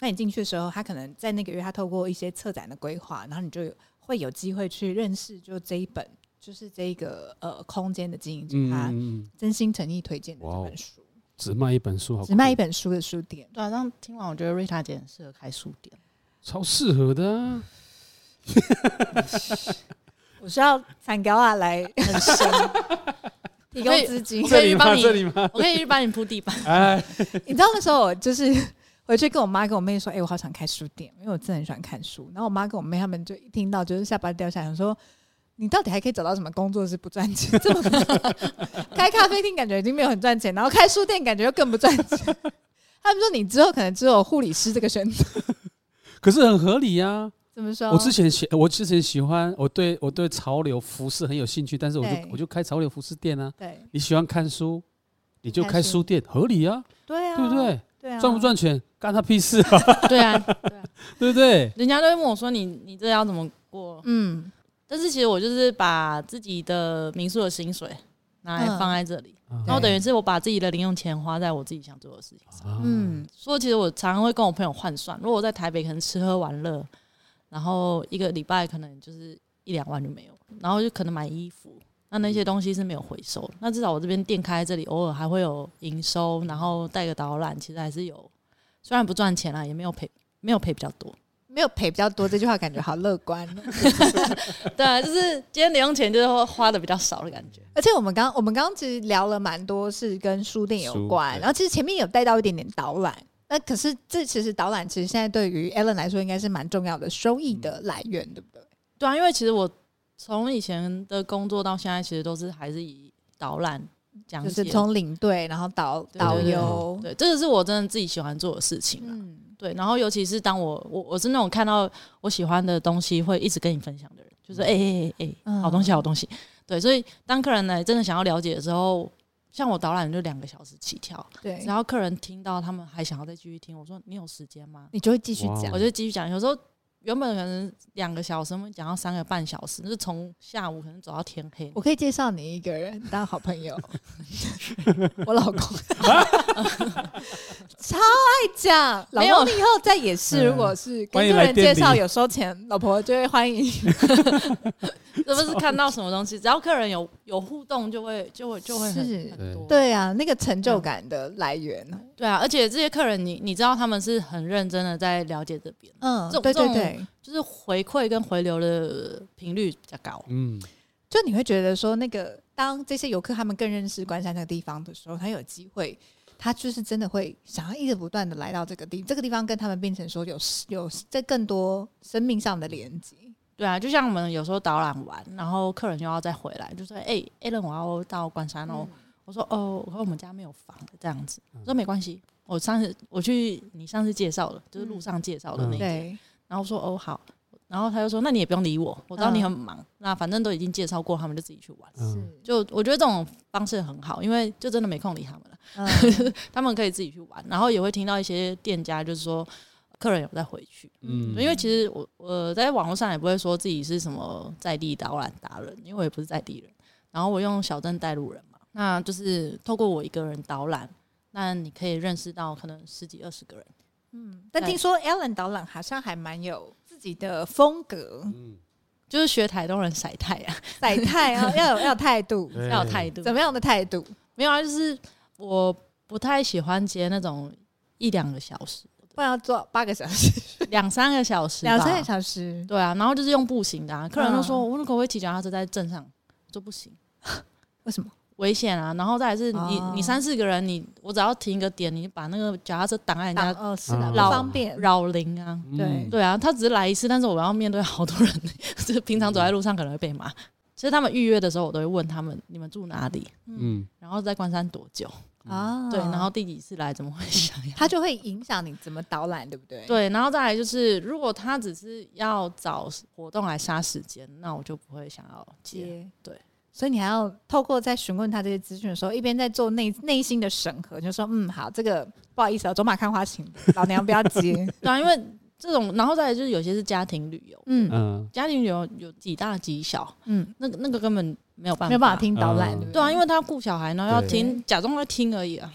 Speaker 2: 那你进去的时候，它可能在那个月，它透过一些策展的规划，然后你就有会有机会去认识，就这一本，就是这一个呃空间的经营者，
Speaker 3: 嗯
Speaker 2: 他
Speaker 3: 嗯，嗯
Speaker 2: 真心诚意推荐的这
Speaker 3: 哇哦
Speaker 2: 本书，
Speaker 3: 只卖一本书，好酷，
Speaker 2: 只卖一本书的书店。
Speaker 4: 对啊，这样听完我觉得瑞塔姐很适合开书店。
Speaker 3: 超适合的啊，
Speaker 2: 我需要产高啊来很 深提供资金，
Speaker 4: 我可以
Speaker 3: 里吗？
Speaker 4: 帮你
Speaker 3: 这里吗？
Speaker 4: 我可以去帮你铺地板，
Speaker 3: 哎，
Speaker 2: 你知道那时候我就是 回去跟我妈跟我妹说，哎、我好想开书店，因为我真的很喜欢看书。然后我妈跟我妹他们就一听到就是下巴掉下来，想说你到底还可以找到什么工作是不赚钱？这么开咖啡厅感觉已经没有很赚钱，然后开书店感觉又更不赚钱。他们说你之后可能只有护理师这个选择，
Speaker 3: 可是很合理呀、
Speaker 2: 怎么说？
Speaker 3: 我之前喜，我之前喜欢，我对我对潮流服饰很有兴趣，但是我
Speaker 2: 对
Speaker 3: 就我就开潮流服饰店啊。
Speaker 2: 对
Speaker 3: 你喜欢看书，你就
Speaker 2: 开
Speaker 3: 开
Speaker 2: 书
Speaker 3: 书店，合理啊，
Speaker 2: 对啊，
Speaker 3: 对不对？
Speaker 2: 对啊，
Speaker 3: 赚不？赚钱干他屁事啊，
Speaker 4: 对啊，
Speaker 3: 对不对？
Speaker 4: 人家都会问我说你你这要怎么过？
Speaker 2: 嗯，
Speaker 4: 但是其实我就是把自己的民宿的薪水拿来放在这里，然
Speaker 2: 哦
Speaker 3: 啊
Speaker 4: 后等于是我把自己的零用钱花在我自己想做的事情上。
Speaker 3: 嗯，
Speaker 2: 嗯，
Speaker 4: 所以其实我常常会跟我朋友换算，如果我在台北可能吃喝玩乐，然后一个礼拜可能就是一两万就没有，然后就可能买衣服，那那些东西是没有回收的。那至少我这边店开在这里，偶尔还会有营收，然后带个导览，其实还是有，虽然不赚钱啦，也没有赔，没有赔比较多。
Speaker 2: 没有赔比较多，这句话感觉好乐观。哦
Speaker 4: 对啊，就是今天零用钱就是花的比较少的感觉。
Speaker 2: 而且我们刚我们刚刚其实聊了蛮多是跟书店有
Speaker 3: 书
Speaker 2: 关，
Speaker 3: 对
Speaker 2: 然后其实前面有带到一点点导览。那可是这其实导览其实现在对于 Alan 来说应该是蛮重要的收益的来源，对不对？
Speaker 4: 对啊，因为其实我从以前的工作到现在，其实都是还是以导览讲
Speaker 2: 就
Speaker 4: 嗯解，
Speaker 2: 是从领队，然后导
Speaker 4: 对
Speaker 2: 导
Speaker 3: 对对
Speaker 2: 游，
Speaker 4: 对，这个是我真的自己喜欢做的事情啊。
Speaker 2: 嗯，
Speaker 4: 对，然后尤其是当我我我是那种看到我喜欢的东西会一直跟你分享的人，就是哎哎哎哎，
Speaker 2: 嗯
Speaker 4: 好东西好东西。对，所以当客人来真的想要了解的时候，像我导览就两个小时起跳，
Speaker 2: 对
Speaker 4: 只，要客人听到他们还想要再继续听，我说你有时间吗？
Speaker 2: 你就会继续
Speaker 3: 哇
Speaker 2: 讲
Speaker 4: 我，就继续讲。有时候原本可能两个小时，我们讲到三个半小时，就是从下午可能走到天黑。
Speaker 2: 我可以介绍你一个人当好朋 友，我老公超爱讲。老
Speaker 4: 没有
Speaker 2: 公，你以后再也是，
Speaker 3: 嗯
Speaker 2: 如果是
Speaker 3: 欢
Speaker 2: 跟
Speaker 3: 迎
Speaker 2: 客
Speaker 3: 来
Speaker 2: 人
Speaker 3: 店
Speaker 2: 介
Speaker 3: 里
Speaker 2: 绍有收钱，老婆就会欢迎。
Speaker 4: 这不是看到什么东西，只要客人有有互动就，会就会就会很
Speaker 2: 是
Speaker 4: 很多。嗯
Speaker 2: 对啊，那个成就感的来源，
Speaker 4: 对啊，而且这些客人你，你知道他们是很认真的在了解这边，
Speaker 2: 嗯，
Speaker 4: 这种
Speaker 2: 对对
Speaker 4: 这种
Speaker 2: 对，
Speaker 4: 就是回馈跟回流的频率比较高。
Speaker 3: 嗯，
Speaker 2: 就你会觉得说，那个当这些游客他们更认识关山这个地方的时候，他有机会。他就是真的会想要一直不断的来到这个地，这个地方跟他们变成说有有这更多生命上的连接，
Speaker 4: 对啊，就像我们有时候导览完，然后客人又要再回来，就说：“哎、a l a n 我要到关山哦。我说：“哦，我说我们家没有房这样子。”我说：“没关系，我上次我去你上次介绍的，就是路上介绍的
Speaker 2: 嗯
Speaker 4: 那一间。
Speaker 2: 对，
Speaker 4: 然后说：“哦，好。”然后他就说：“那你也不用理我，我知道你很忙，那反正都已经介绍过，他们就自己去玩。
Speaker 3: 嗯
Speaker 4: 就我觉得这种方式很好，因为就真的没空理他们了。
Speaker 2: 是，嗯
Speaker 4: 他们可以自己去玩，然后也会听到一些店家就是说客人有再回去，
Speaker 3: 嗯
Speaker 4: 因为其实我我在网络上也不会说自己是什么在地导览达人，因为我也不是在地人，然后我用小镇带路人嘛，那就是透过我一个人导览，那你可以认识到可能十几二十个人，
Speaker 2: 嗯， 但听说 Alan 导览好像还蛮有自己的风 格、
Speaker 3: 嗯，
Speaker 4: 就是学台东人晒太阳，
Speaker 2: 晒太啊，要有要有态度，
Speaker 3: 对
Speaker 4: 要有态度，
Speaker 2: 怎么样的态度？
Speaker 4: 没有啊，就是我不太喜欢接那种一两个小 时，
Speaker 2: 不然要做八个小时、
Speaker 4: 两三个小时吧，
Speaker 2: 两三个小时，
Speaker 4: 对啊，然后就是用步行的啊，客人都说、
Speaker 2: 嗯
Speaker 4: 我可不可以骑脚踏车在镇上？我说不行，
Speaker 2: 为什么？
Speaker 4: 危险啊。然后再来是你、
Speaker 2: 哦
Speaker 4: 你三四个人，你我只要停一个点，你把那个脚踏车挡在人
Speaker 2: 当
Speaker 4: 家
Speaker 2: 哦，是的，
Speaker 3: 嗯
Speaker 2: 不
Speaker 4: 老
Speaker 2: 方便，
Speaker 4: 扰邻啊。
Speaker 2: 对
Speaker 4: 对啊，他只是来一次，但是我要面对好多人， 就是平常走在路上可能会被骂。其实他们预约的时候，我都会问他们你们住哪里，
Speaker 3: 嗯，
Speaker 4: 然后在关山多久，
Speaker 2: 啊，
Speaker 4: 对，然后第几次来，怎么会想要？
Speaker 2: 它就会影响你怎么导览，对不对？，
Speaker 4: 对，然后再来就是，如果他只是要找活动来杀时间，那我就不会想要接。
Speaker 2: 接
Speaker 4: 对。
Speaker 2: 所以你还要透过在询问他这些资讯的时候，一边在做内 内心的审核，你就说嗯好，这个不好意思啊，走马看花型，老娘不要 接。
Speaker 4: 对啊，因为这种，然后再来就是有些是家庭旅游，
Speaker 2: 嗯
Speaker 3: 嗯
Speaker 4: 家庭旅游有几大几小，
Speaker 2: 嗯，
Speaker 4: 那个那个根本没有办法，
Speaker 2: 没有办法。听导览，
Speaker 3: 嗯
Speaker 2: 对不
Speaker 4: 对啊，因
Speaker 2: 为
Speaker 4: 为他要顾小孩，然后要
Speaker 3: 对
Speaker 4: 听，假装在听而已啊，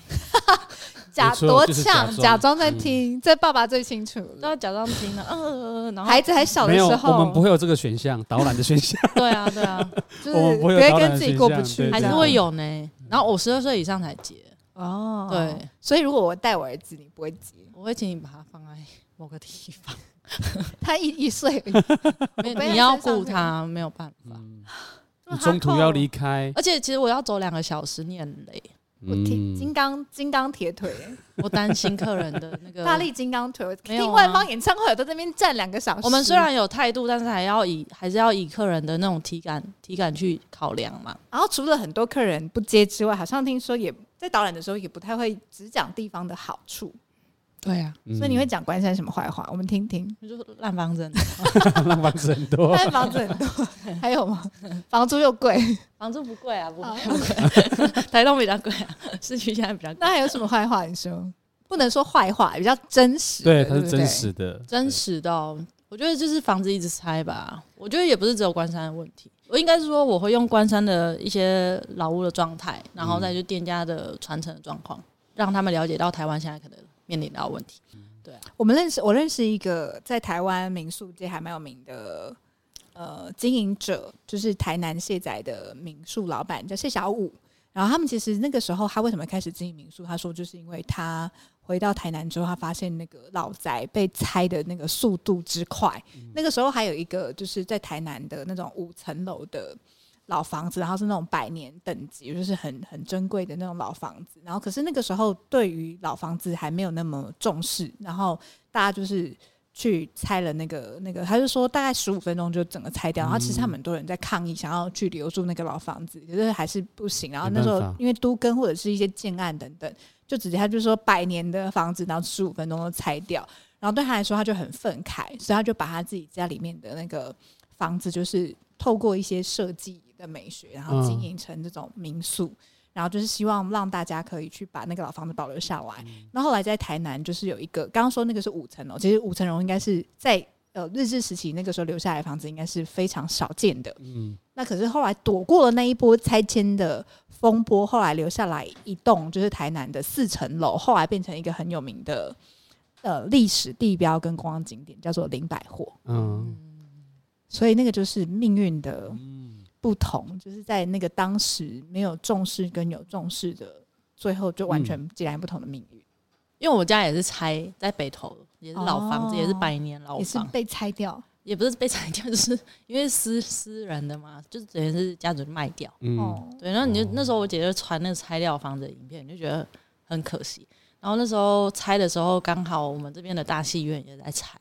Speaker 2: 假
Speaker 3: 没错
Speaker 2: 多
Speaker 3: 就是
Speaker 2: 呛，
Speaker 3: 假装嗯
Speaker 2: 假装在听，这爸爸最清楚了。
Speaker 4: 都要假装听的，呃，然后
Speaker 2: 孩子还小的
Speaker 3: 没有，
Speaker 2: 时候，
Speaker 3: 我们不会有这个选项，导览的选项，
Speaker 4: 对啊对啊，
Speaker 2: 就是
Speaker 3: 我们不会有
Speaker 2: 会
Speaker 3: 导览
Speaker 2: 跟自己
Speaker 3: 形
Speaker 2: 过不
Speaker 3: 象
Speaker 2: 去
Speaker 3: 对，
Speaker 4: 还
Speaker 2: 这
Speaker 4: 是
Speaker 2: 样
Speaker 4: 会有呢。然后我十二岁以上才结，
Speaker 2: 哦。
Speaker 4: 对，
Speaker 2: 所以如果我带我儿子，你不会急，
Speaker 4: 我会请你把它放在某个地 方，
Speaker 2: 他一一岁而已，
Speaker 4: 没
Speaker 2: 背
Speaker 4: 有
Speaker 2: 在
Speaker 4: 你要
Speaker 2: 身上
Speaker 4: 顾他，没有办法。
Speaker 3: 嗯
Speaker 2: 这么
Speaker 3: 你中途要离
Speaker 2: hardcore
Speaker 3: 开，
Speaker 4: 而且其实我要走两个小时，你很累，
Speaker 2: 我
Speaker 3: 嗯
Speaker 2: 听金刚金刚铁腿，
Speaker 4: 我担心客人的那个
Speaker 2: 大力金刚腿，
Speaker 4: 没有啊
Speaker 2: 听万芳演唱会我都在那边站两个小时。
Speaker 4: 我们 虽然有态度，但是还要以还是要以客人的那种体感体感去考量嘛。
Speaker 2: 然后除了很多客人不接之外，好像听说也在导览的时候也不太会只讲地方的好处，
Speaker 4: 对啊，
Speaker 3: 嗯
Speaker 2: 所以你会讲关山什么坏话，我们听 听。
Speaker 4: 就是烂方针，
Speaker 3: 浪费很多，
Speaker 2: 但房子很多， 还有吗？房租又贵，
Speaker 4: 房租不贵 啊，不贵
Speaker 2: 好
Speaker 4: 不贵，台东比较贵啊，市区现在比较贵。
Speaker 2: 那还有什么坏话？你说不能说坏话，比较真实
Speaker 3: 对，
Speaker 2: 的。
Speaker 3: 它
Speaker 2: 对
Speaker 3: 是
Speaker 2: 不
Speaker 3: 真
Speaker 2: 对
Speaker 3: 实的，
Speaker 4: 真
Speaker 3: 对。
Speaker 4: 实到，我觉得就是房子一直拆吧。我觉得也不是只有关山的问题，我应该是说我会用关山的一些老屋的状态，然后再去店家的传承的状况，让他们了解到台湾现在可能面临到的问题。
Speaker 2: 我们认识我认识一个在台湾民宿界还蛮有名的呃经营者，就是台南卸载的民宿老板叫谢小五。然后他们其实那个时候他为什么开始经营民宿？他说就是因为他回到台南之后，他发现那个老宅被拆的那个速度之快。那个时候还有一个就是在台南的那种五层楼的。老房子，然后是那种百年等级，就是很很珍贵的那种老房子。然后，可是那个时候对于老房子还没有那么重视，然后大家就是去拆了那个那个，他就说大概十五分钟就整个拆掉。然后其实他们很多人在抗议，想要去留住那个老房子，可是还是不行。然后那时
Speaker 3: 没
Speaker 2: 候
Speaker 3: 办法
Speaker 2: 因为都更或者是一些建案等等，就直接他就说百年的房子，然后十五分钟都拆掉。然后对他来说，他就很愤慨，所以他就把他自己家里面的那个房子，就是透过一些设计的美学，然后
Speaker 3: 嗯
Speaker 2: 经营成这种民宿。然后就是希望让大家可以去把那个老房子保留下来。
Speaker 3: 嗯
Speaker 2: 那、后来在台南就是有一个，刚刚说那个是五层楼，其实五层楼应该是在呃日治时期那个时候留下来的房子，应该是非常少见的。
Speaker 3: 嗯，
Speaker 2: 那可是后来躲过了那一波拆迁的风波，后来留下来一栋就是台南的四层楼，后来变成一个很有名的呃历史地标跟观光景点，叫做林百货。
Speaker 3: 嗯，
Speaker 2: 所以那个就是命运的不同，就是在那个当时没有重视跟有重视的，最后就完全截然不同的命运，
Speaker 4: 因为我家也是拆在北投，也是老房子，
Speaker 2: 哦
Speaker 4: 也是百年老
Speaker 2: 也是
Speaker 4: 房，
Speaker 2: 被拆掉。
Speaker 4: 也不是被拆掉，就是因为私私人的嘛，就是等于是家主卖掉。
Speaker 3: 嗯，
Speaker 2: 哦，
Speaker 4: 对，然后你就、
Speaker 3: 哦
Speaker 4: 那时候我姐就传那个拆掉房子的影片，你就觉得很可惜。然后那时候拆的时候，刚好我们这边的大戏院也在拆，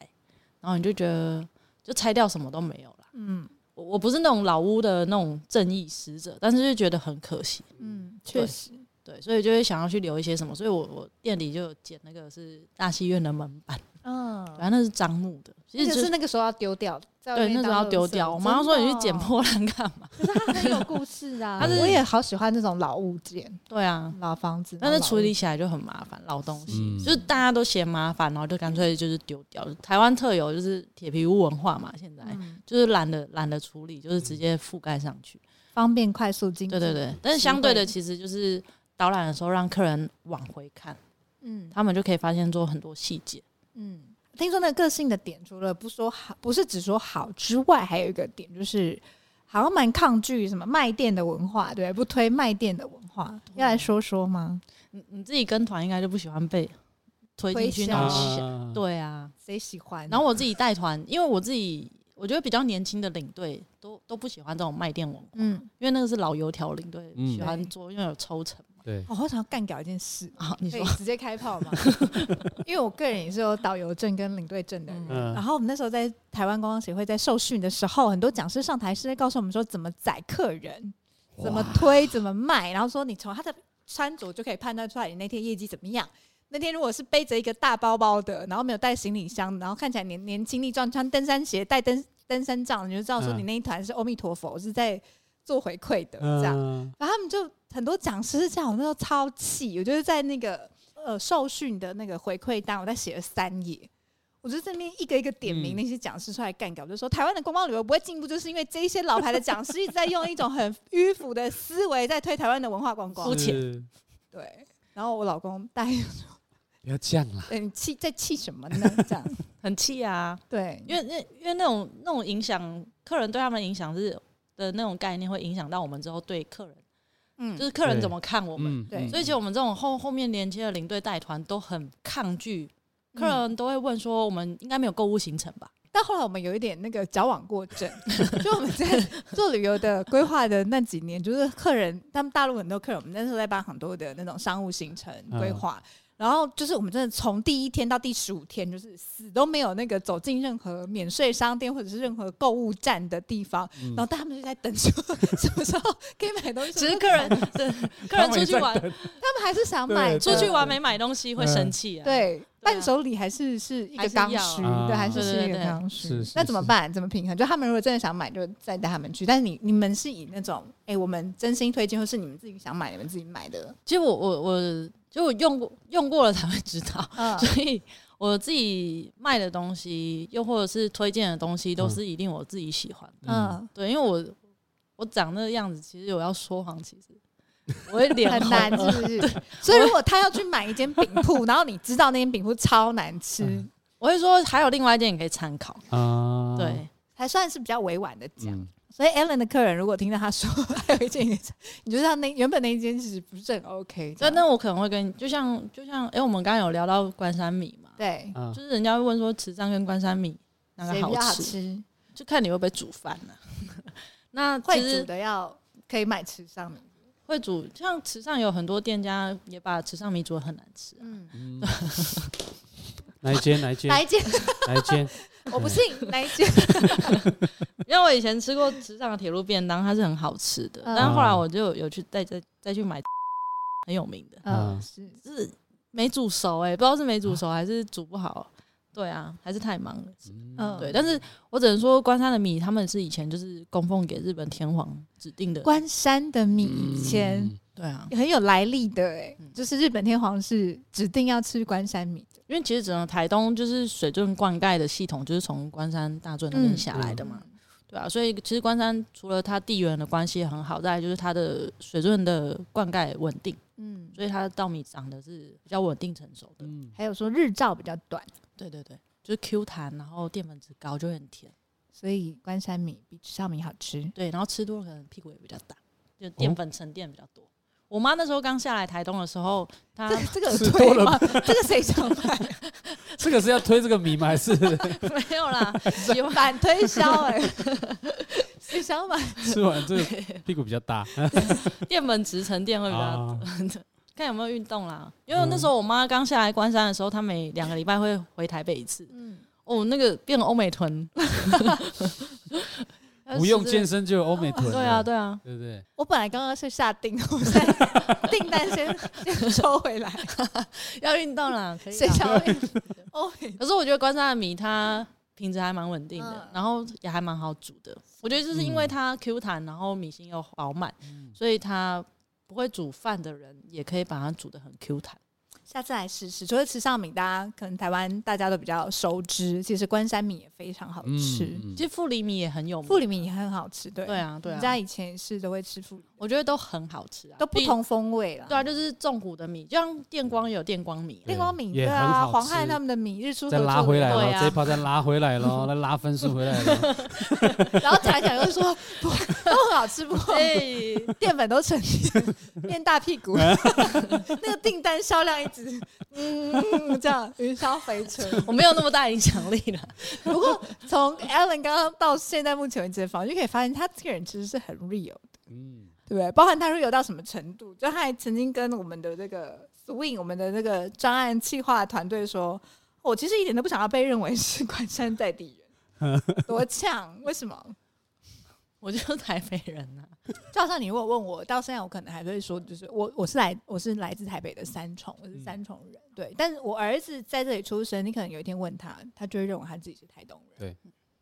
Speaker 4: 然后你就觉得就拆掉什么都没有了。
Speaker 2: 嗯
Speaker 4: 我我不是那种老屋的那种正义使者，但是就觉得很可惜，
Speaker 2: 嗯，
Speaker 4: 对
Speaker 2: 确实，
Speaker 4: 对，所以就会想要去留一些什么。所以我我店里就有剪那个是大戏院的门板，
Speaker 2: 嗯，
Speaker 4: 反正那是樟木的，其
Speaker 2: 那
Speaker 4: 实
Speaker 2: 个
Speaker 4: 就是
Speaker 2: 那个时候要丢掉的，在外
Speaker 4: 对
Speaker 2: 面
Speaker 4: 那时候要
Speaker 2: 当垃圾哦
Speaker 4: 丢掉。我妈说你去捡，破烂干嘛？
Speaker 2: 真的哦可是它很有故事啊
Speaker 4: 它是
Speaker 2: 我也好喜欢那种老物件、
Speaker 4: 对啊，
Speaker 2: 老房子，
Speaker 4: 但
Speaker 2: 然
Speaker 4: 是
Speaker 2: 后
Speaker 4: 处
Speaker 2: 老物
Speaker 4: 理起来就很麻烦，老东西、
Speaker 3: 嗯
Speaker 4: 就是大家都嫌麻烦，然后就干脆就是丢掉。台湾特有就是铁皮屋文化嘛，现在、
Speaker 2: 嗯
Speaker 4: 就是懒得懒得处理，就是直接覆盖上去。
Speaker 2: 方便、快速、精致。
Speaker 4: 对对对，但是
Speaker 2: 实
Speaker 4: 相对的，
Speaker 2: 惠
Speaker 4: 其实就是导览的时候让客人往回看，
Speaker 2: 嗯
Speaker 4: 他们就可以发现做很多细节。
Speaker 2: 嗯。听说那个个性的点，除了不说好，不是只说好之外，还有一个点就是，好像蛮抗拒什么卖店的文化，对，不推卖店的文
Speaker 4: 嗯
Speaker 2: 化，要来说说吗？
Speaker 4: 你你自己跟团应该就不喜欢被推进去
Speaker 2: 推销
Speaker 4: 那
Speaker 2: 嗯
Speaker 4: 种小，
Speaker 3: 啊，
Speaker 4: 对啊。
Speaker 2: 谁喜欢？
Speaker 4: 然后我自己带团，因为我自己我觉得比较年轻的领队都都不喜欢这种卖店文化，
Speaker 2: 嗯，
Speaker 4: 因为那个是老油条领队
Speaker 3: 嗯
Speaker 4: 喜欢做，因为有抽成嘛。
Speaker 3: 对，
Speaker 2: 哦我好想要干掉一件事，
Speaker 4: 啊，你
Speaker 2: 可
Speaker 4: 说
Speaker 2: 以直接开炮吗？ 因为我个人也是有导游证跟领队证的人，
Speaker 3: 嗯
Speaker 2: 然后我们那时候在台湾观光协会在受训的时候，很多讲师上台是在告诉我们说怎么宰客人，怎么推，怎么卖，然后说你从他的穿着就可以判断出来你那天业绩怎么样。那天如果是背着一个大包包的，然后没有带行李箱，然后看起来年年轻力壮，穿登山鞋、带登登山杖，你就知道说
Speaker 3: 嗯
Speaker 2: 你那一团是阿弥陀佛，是在做回馈的这样。
Speaker 3: 嗯，
Speaker 2: 然后他们就很多讲师是这样，我那时候超气，我就是在那个呃受训的那个回馈单，我在写了三页。我就这边一个一个点名
Speaker 3: 嗯
Speaker 2: 那些讲师出来干掉，我就说台湾的观光旅游不会进步，就是因为这一些老牌的讲师一直在用一种很迂腐的思维在推台湾的文化观光
Speaker 4: 肤。浅
Speaker 3: 是，
Speaker 2: 对，然后我老公大概就
Speaker 3: 不要这样啦，
Speaker 2: 说你气在气什么呢？这样
Speaker 4: 很气啊，
Speaker 2: 对，
Speaker 4: 因为那因为那种那种影响客人对他们的影响是的那种概念，会影响到我们之后对客人，
Speaker 2: 嗯
Speaker 4: 就是客人
Speaker 3: 对
Speaker 4: 怎么看我们。
Speaker 3: 嗯，
Speaker 2: 对
Speaker 4: 所以其实我们这种后后面连接的领队带团都很抗拒，客人都会问说我们应该没有购物行程吧？
Speaker 2: 但后来我们有一点那个矫枉过正， 就我们在做旅游的规划的那几年，就是客人他们大陆很多客人，我们那时候在帮很多的那种商务行程
Speaker 3: 嗯
Speaker 2: 规划，然后就是我们真的从第一天到第十五天，就是死都没有那个走进任何免税商店或者是任何购物站的地方，
Speaker 3: 嗯
Speaker 2: 然后他们就在等说 什么时候可以买东西，
Speaker 4: 只 是客人，对客人出去玩，
Speaker 2: 他们还是想
Speaker 3: 对
Speaker 2: 买
Speaker 3: 对
Speaker 4: 出去玩
Speaker 3: 对嗯
Speaker 4: 没买东西会生气啊。
Speaker 2: 对，伴手礼还是是一个
Speaker 4: 还是
Speaker 2: 刚
Speaker 4: 要
Speaker 2: 需，
Speaker 3: 啊
Speaker 2: 对，还是
Speaker 4: 对对
Speaker 2: 是一个
Speaker 4: 对
Speaker 2: 刚需
Speaker 3: 是是。
Speaker 2: 那怎么
Speaker 3: 是
Speaker 2: 办？怎么平衡？就他们如果真的想买，就再带他们去。但是你你们是以那种，哎，我们真心推荐，或是你们自己想买，你们自己买的，
Speaker 4: 其实我我我就我用过用过了才会知道，
Speaker 2: 嗯，
Speaker 4: 所以我自己卖的东西，又或者是推荐的东西，
Speaker 3: 嗯
Speaker 4: 都是一定我自己喜欢的。
Speaker 2: 嗯，
Speaker 4: 对，因为我我长那个样子，其实我要说谎，其实我会脸
Speaker 2: 很
Speaker 4: 红
Speaker 2: 难，是不 是？所以如果他要去买一间饼铺，然后你知道那间饼铺超难吃，
Speaker 3: 嗯
Speaker 4: 我会说还有另外一件你可以参考。
Speaker 3: 啊，
Speaker 4: 对，
Speaker 2: 还算是比较委婉的讲。
Speaker 3: 嗯，
Speaker 2: 所以 Alan 的客人如果听到他说 还有一件，你就知道那原本那一间其实不是很 OK 这
Speaker 4: 所以
Speaker 2: 样。
Speaker 4: 那我可能会跟，就像就像，哎、我们刚刚有聊到关山米嘛，
Speaker 2: 对，
Speaker 3: 啊
Speaker 4: 就是人家会问说，池上跟关山米哪个
Speaker 2: 谁比较好
Speaker 4: 吃，
Speaker 2: 吃？
Speaker 4: 就看你会不会煮饭呢、 那
Speaker 2: 会
Speaker 4: 其
Speaker 2: 煮
Speaker 4: 实
Speaker 2: 的要可以买吃上面。啊
Speaker 4: 会煮，像池上有很多店家也把池上米煮的很难吃、啊，
Speaker 2: 嗯，
Speaker 3: 嗯 哪一间？哪一间
Speaker 2: 哪？一间？
Speaker 3: 哪一间？
Speaker 2: 我不信，
Speaker 3: 嗯
Speaker 2: 哪一间？
Speaker 4: 因为我以前吃过池上的铁路便当，它是很好吃的，
Speaker 2: 嗯
Speaker 4: 但是后来我就有去再再再去买 很有名的，
Speaker 2: 嗯，
Speaker 3: 嗯
Speaker 2: 是
Speaker 4: 就是没煮熟哎、不知道是没煮熟还是煮不好，对啊，还是太忙了。
Speaker 2: 嗯
Speaker 4: 对，但是我只能说，关山的米他们是以前就是供奉给日本天皇指定的。
Speaker 2: 关山的米以前
Speaker 3: 嗯
Speaker 4: 对啊，
Speaker 2: 很有来历的，哎
Speaker 4: 嗯，
Speaker 2: 就是日本天皇是指定要吃关山米的。
Speaker 4: 因为其实整个台东就是水圳灌溉的系统，就是从关山大圳那
Speaker 2: 嗯
Speaker 4: 边下来的嘛。对啊，所以其实关山除了它地缘的关系很好，再来就是它的水圳的灌溉稳定，
Speaker 2: 嗯，
Speaker 4: 所以它的稻米长得是比较稳定成熟 的。
Speaker 3: 嗯
Speaker 2: 还有说日照比较短，
Speaker 4: 对对对，就是 Q 弹，然后淀粉质高，就会很甜。
Speaker 2: 所以关山米比吃上米好吃。
Speaker 4: 对，然后吃多了可能屁股也比较大，就
Speaker 3: 哦
Speaker 4: 淀粉沉淀比较多。我妈那时候刚下来台东的时候， 她
Speaker 2: 这这个有
Speaker 3: 吃多
Speaker 2: 对
Speaker 3: 了
Speaker 2: 吗？ 这个谁想买？
Speaker 3: 这个是要推这个米吗？还是
Speaker 4: 没有啦，喜欢
Speaker 2: 反推销 哎，谁想买？
Speaker 3: 吃完这个屁股比较大？
Speaker 4: 淀粉质沉淀会比较
Speaker 3: 啊，嗯
Speaker 4: 看有没有运动啦。因为那时候我妈刚下来关山的时候，她每两个礼拜会回台北一次。
Speaker 2: 嗯，
Speaker 4: 哦，那个变欧 美臀，
Speaker 3: 不 用健身就有欧美臀了。
Speaker 4: 对啊，对啊，
Speaker 3: 对不对？
Speaker 2: 我本来刚刚是下订，我现在订单先先收回来。
Speaker 4: 要运动啦，可以
Speaker 2: 谁
Speaker 4: 啦。
Speaker 2: 想 买？哦，
Speaker 4: 可是我觉得关山的米它品质还蛮稳定的
Speaker 2: 嗯，
Speaker 4: 然后也还蛮好煮的。我觉得就是因为它 Q 弹，然后米心又饱满，所以它不会煮饭的人也可以把它煮的很 Q 弹。
Speaker 2: 下次来试试。除了吃上米，大家可能台湾大家都比较熟知，其实关山米也非常好吃，
Speaker 3: 嗯
Speaker 4: 其实富里米也很有名，
Speaker 2: 富里米也很好吃。对
Speaker 4: 对，啊，
Speaker 2: 我
Speaker 4: 对
Speaker 2: 们
Speaker 4: 啊，
Speaker 2: 家以前也是都会吃富里，
Speaker 4: 我觉得都很好吃啊，
Speaker 2: 都不
Speaker 4: 比
Speaker 2: 同风味啦。
Speaker 4: 对啊，就是重谷的米，就像电光也有电光米、啊，
Speaker 2: 电光米
Speaker 3: 也
Speaker 2: 对
Speaker 3: 很
Speaker 2: 啊，
Speaker 3: 好吃
Speaker 2: 黄汉他们的米日出合
Speaker 3: 再
Speaker 2: 作
Speaker 3: 拉回来
Speaker 2: 的
Speaker 4: 对
Speaker 3: 了，
Speaker 4: 啊
Speaker 3: 这一趴再拉回来了，再拉分数回来了。
Speaker 2: 然后讲一讲又说不都很好吃，不过
Speaker 4: 对，
Speaker 2: 淀粉都成 变大屁股，那个订单销量一直 嗯这样云霄飞车。
Speaker 4: 我没有那么大影响力了。
Speaker 2: 不过从 Alan 刚刚到现在目前为止的访问，就可以发现他这个人其实是很 real 的，
Speaker 3: 嗯，
Speaker 2: 对不对？包含他 real 到什么程度，就他还曾经跟我们的这个 Swing 我们的那个专案企划团队说，我其实一点都不想要被认为是关山在地人，多呛！为什么？
Speaker 4: 我就是台北人啊呐、
Speaker 2: 就好像你如果问我，到现在我可能还会说，就是我我是来我是来自台北的三重，我是三重人，对。但是我儿子在这里出生，你可能有一天问他，他就会认为他自己是台东人。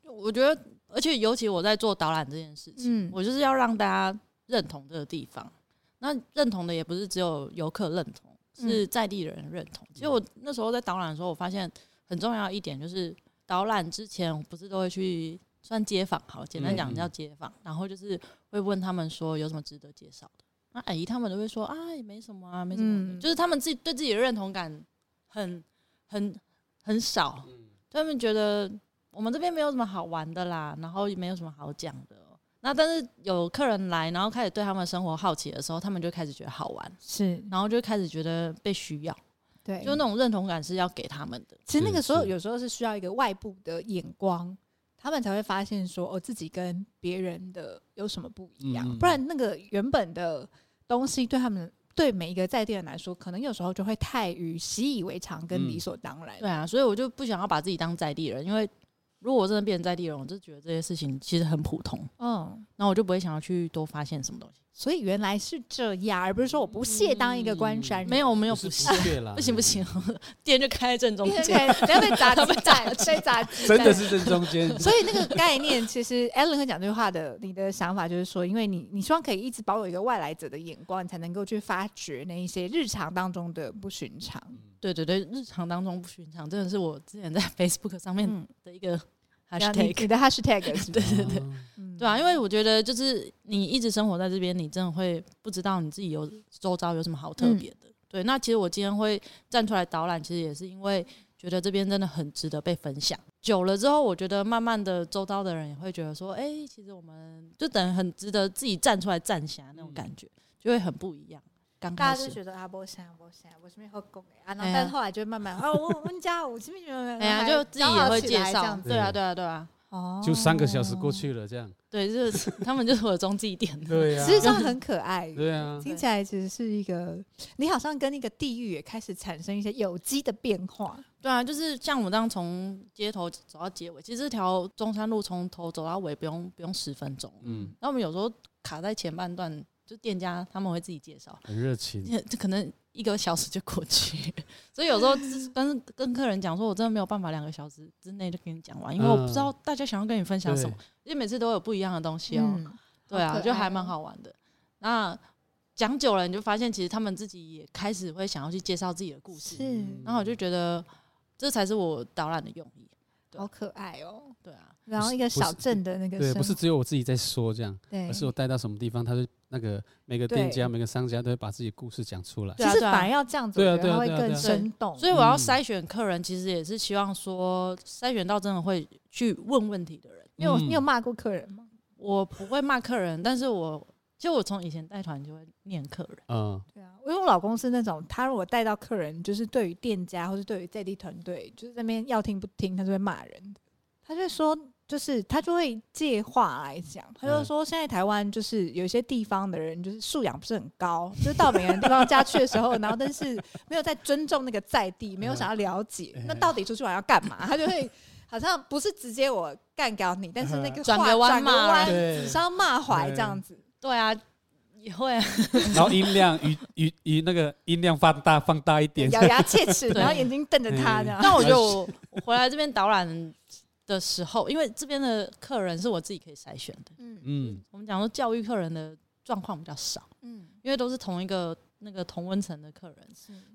Speaker 4: 我觉得，而且尤其我在做导览这件事情，
Speaker 2: 嗯
Speaker 4: 我就是要让大家认同这个地方。那认同的也不是只有游客认同，
Speaker 2: 嗯
Speaker 4: 是在地人认同。其实我那时候在导览的时候，我发现很重要的一点就是，导览之前我不是都会去算街访，好，简单讲
Speaker 3: 嗯
Speaker 4: 叫街访，然后就是会问他们说有什么值得介绍的。那阿姨他们都会说啊，也没什么啊，没什么的、
Speaker 2: 嗯
Speaker 4: 就是他们自己对自己的认同感很很很少，他们觉得我们这边没有什么好玩的啦，然后也没有什么好讲的。那但是有客人来，然后开始对他们生活好奇的时候，他们就开始觉得好玩，
Speaker 2: 是
Speaker 4: 然后就开始觉得被需要，
Speaker 2: 对，
Speaker 4: 就那种认同感是要给他们的。
Speaker 2: 其实那
Speaker 3: 是
Speaker 2: 个时候
Speaker 3: 是
Speaker 2: 有时候是需要一个外部的眼光，他们才会发现说哦，自己跟别人的有什么不一样，
Speaker 3: 嗯嗯
Speaker 2: 不然那个原本的东西对他们对每一个在地人来说，可能有时候就会太于习以为常跟
Speaker 3: 嗯
Speaker 2: 理所当然。
Speaker 4: 对啊，所以我就不想要把自己当在地人，因为如果我真的变成在地人，我就觉得这些事情其实很普通，
Speaker 2: 嗯，
Speaker 4: 那我就不会想要去多发现什么东西。
Speaker 2: 所以原来是这样，而不是说我不屑当一个关
Speaker 3: 嗯
Speaker 2: 山人。
Speaker 4: 没有，我们又
Speaker 3: 不
Speaker 4: 不
Speaker 3: 是啊
Speaker 4: 是，
Speaker 3: 不屑啦，
Speaker 4: 不行不行， 店就开在正中
Speaker 2: 对，
Speaker 4: 间。
Speaker 2: 对对等 下被砸鸡蛋，被砸鸡蛋，
Speaker 3: 真的是正中间。
Speaker 2: 所以那个概念，其实 Alan 会讲这句话的，你的想法就是说，因为你你希望可以一直保有一个外来者的眼光，你才能够去发掘那一些日常当中的不寻常。
Speaker 4: 对对对，日常当中不寻常，真的是我之前在 Facebook 上面
Speaker 2: 嗯，
Speaker 4: 的一个
Speaker 2: 然后你
Speaker 4: hashtag。
Speaker 2: 你的 hashtag 是不是
Speaker 3: 对对，
Speaker 2: 嗯
Speaker 4: 对啊，因为我觉得就是你一直生活在这边，你真的会不知道你自己有周遭有什么好特
Speaker 2: 嗯
Speaker 4: 别的。对，那其实我今天会站出来导览，其实也是因为觉得这边真的很值得被分享。久了之后，我觉得慢慢的周遭的人也会觉得说，哎、其实我们就等于很值得自己站出来站下那种感觉，就会很不一样。刚
Speaker 2: 大
Speaker 4: 开
Speaker 2: 家就
Speaker 4: 始，
Speaker 2: 觉得啊，不想不想，我是没喝够哎，啊，然后
Speaker 4: 哎呀
Speaker 2: 但后来就慢慢哦，我我们家我这边
Speaker 4: 哎呀，就自己也会介绍。
Speaker 3: 子
Speaker 4: 对啊，对啊，对啊，
Speaker 2: 哦，
Speaker 3: 就三个小时过，去了，这样。
Speaker 4: 对，就是 他们就是我的中继点。
Speaker 3: 对
Speaker 2: 其
Speaker 3: 呀，
Speaker 2: 实这样很可爱。
Speaker 3: 对啊，
Speaker 2: 听起来其实是一个，你好像跟那个地域也开始产生一些有机的变化。
Speaker 4: 对啊，就是像我们这样从街头走到结尾，其实这条中山路从头走到尾不用不用十分钟。
Speaker 3: 嗯，
Speaker 4: 那我们有时候卡在前半段，就店家他们会自己介绍，
Speaker 3: 很热情。
Speaker 4: 这可能一个小时就过去，所以有时候就是 跟跟客人讲说，我真的没有办法两个小时之内就跟你讲完，因为我不知道大家想要跟你分享什么，因为每次都有不一样的东西哦。
Speaker 2: 嗯，
Speaker 4: 对啊，
Speaker 2: 好可爱
Speaker 4: 就还蛮好玩的。那讲久了，你就发现其实他们自己也开始会想要去介绍自己的故事，
Speaker 2: 是
Speaker 4: 然后我就觉得这才是我导览的用意。对
Speaker 2: 好可爱哦。
Speaker 4: 对啊，
Speaker 2: 然后一个
Speaker 3: 不是
Speaker 2: 小镇的那个
Speaker 3: 对，
Speaker 2: 生
Speaker 3: 不是只有我自己在说这样，
Speaker 2: 对
Speaker 3: 而是我带到什么地方，他就那个每个店家、每个商家都会把自己的故事讲出来。
Speaker 2: 其
Speaker 4: 对啊
Speaker 2: 实
Speaker 4: 对啊
Speaker 2: 反而要这样子，
Speaker 3: 对啊
Speaker 2: 我觉得它
Speaker 3: 对啊
Speaker 2: 会
Speaker 3: 对啊
Speaker 2: 更
Speaker 3: 对啊
Speaker 2: 生动。
Speaker 4: 所以我要筛选客人，其实也是希望说筛选到真的会去问问题的人。
Speaker 2: 你有
Speaker 3: 嗯
Speaker 2: 你有骂过客人吗？
Speaker 4: 我不会骂客人，但是我其实我从以前带团就会念客人。
Speaker 3: 嗯，
Speaker 2: 对啊，因为我老公是那种，他如果带到客人，就是对于店家或是对于在地团队，就是在那边要听不听，他就会骂人的。他就会说，就是他就会借话来讲，他
Speaker 3: 嗯
Speaker 2: 就说现在台湾就是有一些地方的人就是素养不是很高，就是到每个人地方家去的时候，然后但是没有在尊重那个在地，没有想要了解，
Speaker 3: 嗯
Speaker 2: 那到底出去玩要干嘛？他就 会好像不是直接我干掉你，但是那个
Speaker 4: 转
Speaker 2: 话
Speaker 4: 个弯
Speaker 2: 转个
Speaker 4: 骂
Speaker 2: 弯，
Speaker 3: 嗯对
Speaker 2: 指桑骂槐这样子。
Speaker 4: 对啊，也会啊，
Speaker 3: 然后音量与与与那个音量放大放大一点，嗯
Speaker 2: 咬牙切 齿，
Speaker 4: 对
Speaker 2: 然后眼睛瞪着他这样。
Speaker 4: 但我觉得我我回来这边导览的时候，因为这边的客人是我自己可以筛选的。
Speaker 2: 嗯
Speaker 3: 嗯，
Speaker 4: 我们讲说教育客人的状况比较少，
Speaker 2: 嗯，
Speaker 4: 因为都是同一个那个同温层的客人。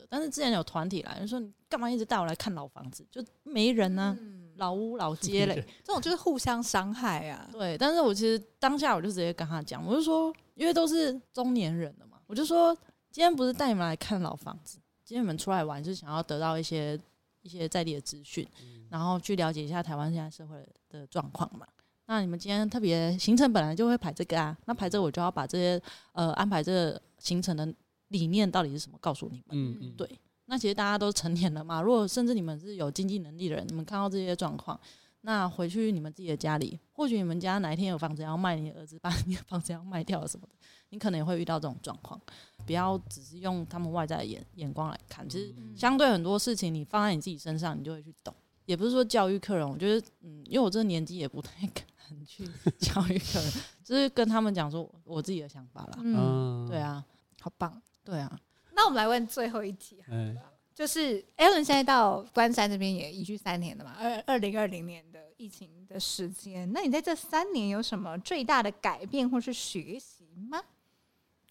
Speaker 4: 但是之前有团体来，就说你干嘛一直带我来看老房子，就没人呢、
Speaker 2: 嗯，
Speaker 4: 老屋老街嘞。
Speaker 2: 这种就是互相伤害啊。
Speaker 4: 对，但是我其实当下我就直接跟他讲，我就说，因为都是中年人了嘛，我就说今天不是带你们来看老房子，今天你们出来玩就是想要得到一些一些在地的资讯，然后去了解一下台湾现在社会的状况嘛。那你们今天特别行程本来就会排这个啊，那排这个我就要把这些呃安排这个行程的理念到底是什么告诉你们。
Speaker 3: 嗯嗯，
Speaker 4: 对那其实大家都成年了嘛，如果甚至你们是有经济能力的人，你们看到这些状况，那回去你们自己的家里，或许你们家哪一天有房子要卖，你儿子把你的房子要卖掉了什么的，你可能也会遇到这种状况。不要只是用他们外在的眼眼光来看，其
Speaker 2: 嗯
Speaker 4: 实相对很多事情，你放在你自己身上，你就会去懂。也不是说教育客人，我觉得，嗯，因为我这个年纪也不太 敢去教育客人，就是跟他们讲说我自己的想法啦。
Speaker 2: 嗯，
Speaker 3: 嗯
Speaker 4: 对，啊，
Speaker 2: 好棒。
Speaker 4: 对啊，
Speaker 2: 那我们来问最后一题，啊
Speaker 3: 哎，
Speaker 2: 就是 Alan 现在到关山这边也移居三年了嘛，二二零二零年的疫情的时间，那你在这三年有什么最大的改变或是学习吗？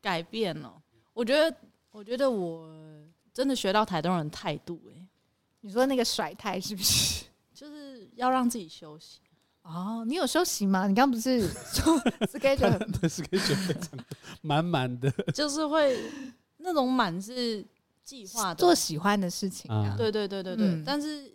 Speaker 4: 改变了、我觉得，我觉得我真的学到台东人态度、欸，
Speaker 2: 你说那个甩胎是不是？
Speaker 4: 就是要让自己休息。
Speaker 2: 哦，你有休息吗？你刚不是 说 schedule 很
Speaker 3: 这是可以准备成满满的，
Speaker 4: 就是会那种满是计划的，
Speaker 2: 做喜欢的事情啊
Speaker 3: 啊？
Speaker 4: 对对对对对。
Speaker 2: 嗯
Speaker 4: 但是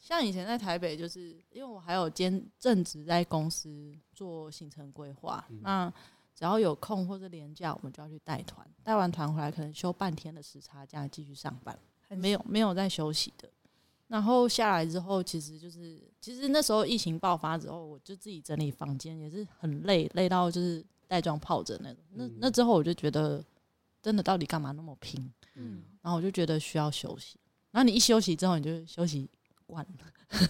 Speaker 4: 像以前在台北，就是因为我还有兼正职在公司做行程规划，
Speaker 2: 嗯
Speaker 4: 那只要有空或者连假，我们就要去带团，带完团回来可能休半天的时差假继续上班，
Speaker 2: 很
Speaker 4: 没有没有在休息的。然后下来之后，其实就是，其实那时候疫情爆发之后，我就自己整理房间，也是很累，累到就是带状疱疹那种。那那之后，我就觉得，真的到底干嘛那么拼？
Speaker 2: 嗯，
Speaker 4: 然后我就觉得需要休息。然后你一休息之后，你就休息惯了，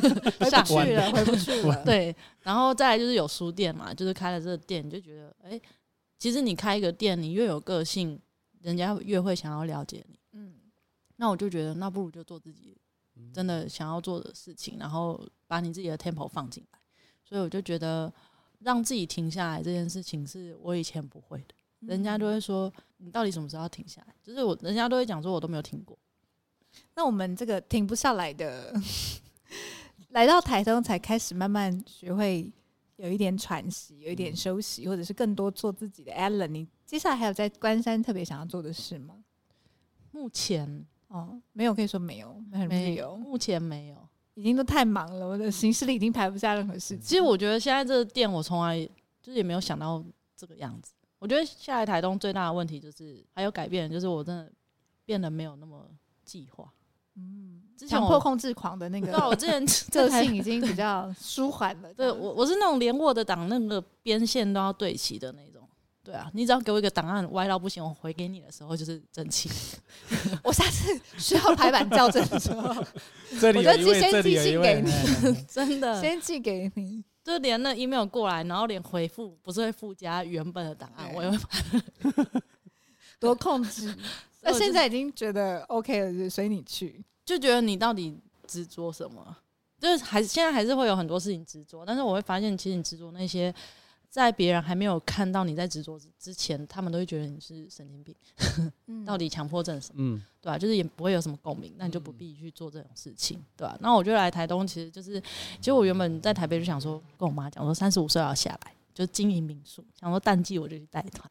Speaker 2: 回不
Speaker 4: 上
Speaker 2: 去了，回不去了。嗯
Speaker 4: 对，然后再来就是有书店嘛，就是开了这个店，你就觉得哎、其实你开一个店，你越有个性，人家越会想要了解你。
Speaker 2: 嗯，
Speaker 4: 那我就觉得，那不如就做自己真的想要做的事情，然后把你自己的 tempo 放进来。所以我就觉得，让自己停下来这件事情是我以前不会的。人
Speaker 2: 嗯
Speaker 4: 家都会说，你到底什么时候要停下来？就是我，人家都会讲说，我都没有停过。
Speaker 2: 那我们这个停不下来的， 来到台东才开始慢慢学会有一点喘息，有一点休息，或者是更多做自己的。Allen，你接下来还有在关山特别想要做的事吗？
Speaker 4: 目前
Speaker 2: 哦，没有，可以说没有，很自
Speaker 4: 没
Speaker 2: 由，
Speaker 4: 目前没有。
Speaker 2: 已经都太忙了，我的行事历已经排不下任何事情。
Speaker 4: 其实我觉得现在这个店，我从来就是也没有想到这个样子。我觉得下来台东最大的问题就是，还有改变，就是我真的变得没有那么计划。嗯，之前
Speaker 2: 强
Speaker 4: 我
Speaker 2: 迫控制狂的那
Speaker 4: 对啊，
Speaker 2: 个
Speaker 4: 我之前
Speaker 2: 个
Speaker 4: 这台
Speaker 2: 性已经比较舒缓了。
Speaker 4: 对我我是那种连 Word 档那个边线都要对齐的那种。对啊，你只要给我一个档案歪到不行，我回给你的时候就是整 齐。
Speaker 2: 我下次需要排版校正的时候，
Speaker 3: 这
Speaker 2: 里有一位我就 这里有一位先寄
Speaker 4: 真的，
Speaker 2: 先寄给你。
Speaker 4: 就连那 email 过来，然后连回复不是会附加原本的档案，
Speaker 2: 对
Speaker 4: 我也会
Speaker 2: 多控制。那
Speaker 4: 那
Speaker 2: 现
Speaker 4: 现
Speaker 2: 在
Speaker 4: 在
Speaker 2: 已经觉得 OK 了，就随你去。
Speaker 4: 就觉得你到底执着什么？就是还是现在还是会有很多事情执着，但是我会发现，其实你执着那些，在别人还没有看到你在执着之前，他们都会觉得你是神经病，
Speaker 2: 嗯
Speaker 4: 到底强迫症什么，
Speaker 3: 嗯，
Speaker 4: 对吧、就是也不会有什么共鸣，那你就不
Speaker 2: 嗯
Speaker 4: 必去做这种事情，对吧、啊那我就来台东，其实就是，其实我原本在台北就想说，跟我妈讲说，三十五岁要下来，就经营民宿，想说淡季我就去带团，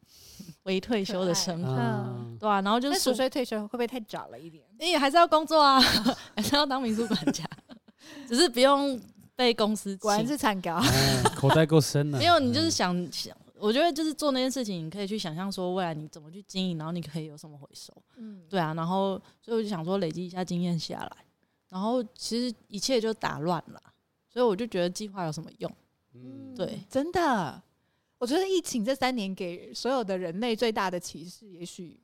Speaker 4: 为退休的生活，
Speaker 2: 嗯
Speaker 3: 啊，
Speaker 4: 对啊，然后就
Speaker 2: 那
Speaker 4: 是
Speaker 2: 蜀
Speaker 4: 说，
Speaker 2: 岁退休会不会太早了一点？
Speaker 4: 你也还是要工作啊， 还是要当民宿管家， 只是不用被公司
Speaker 2: 果然
Speaker 4: 请
Speaker 2: 是惨高。
Speaker 3: 哎 口袋够深了。
Speaker 4: 没有，你就是想想，我觉得就是做那件事情，你可以去想象说未来你怎么去经营，然后你可以有什么回收，
Speaker 2: 嗯，
Speaker 4: 对啊，然后所以我就想说累积一下经验下来，然后其实一切就打乱了，所以我就觉得计划有什么用？
Speaker 3: 嗯，
Speaker 4: 对，
Speaker 2: 真的，我觉得疫情这三年给所有的人类最大的启示，也许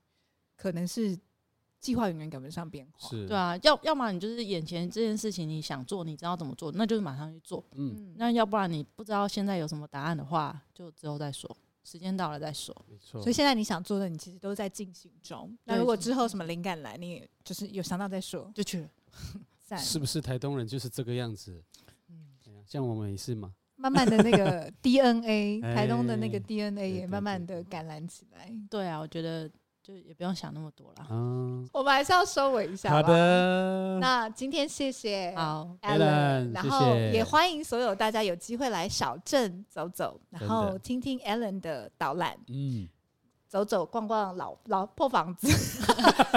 Speaker 2: 可能是计划永远赶不上变化。
Speaker 3: 是，
Speaker 4: 对，啊，要要么你就是眼前这件事情你想做，你知道怎么做，那就是马上去做，
Speaker 3: 嗯，
Speaker 2: 嗯，
Speaker 4: 那要不然你不知道现在有什么答案的话，就之后再说，时间到了再说。
Speaker 3: 没错
Speaker 2: 所以。现在你想做的，你其实都在进行中。那
Speaker 4: 对
Speaker 2: 如果之后什么灵感来，你也就是有想到再说。
Speaker 4: 就去了。
Speaker 2: 赞，
Speaker 3: 是不是台东人就是这个样子？
Speaker 2: 嗯
Speaker 3: 哎呀像我们也是嘛。
Speaker 2: 慢慢的那 个 DNA，
Speaker 3: 哎
Speaker 2: 台东的那个
Speaker 3: 对
Speaker 2: DNA 也
Speaker 3: 对
Speaker 2: 慢慢
Speaker 3: 对
Speaker 2: 的感染起来。
Speaker 4: 对啊，我觉得就也不用想那么多啦。
Speaker 3: 啊，
Speaker 2: 我们还是要收尾一下。
Speaker 3: 好
Speaker 2: 吧。
Speaker 3: 的，
Speaker 2: 啊那今天谢谢
Speaker 4: 好，
Speaker 3: 嗯 Alan，
Speaker 2: 然
Speaker 3: 谢
Speaker 2: 后
Speaker 3: 谢
Speaker 2: 也欢迎所有大家有机会来小镇走走，然
Speaker 3: 真的
Speaker 2: 后听听 Alan 的导览，
Speaker 3: 嗯，
Speaker 2: 走走逛逛老老破房 子。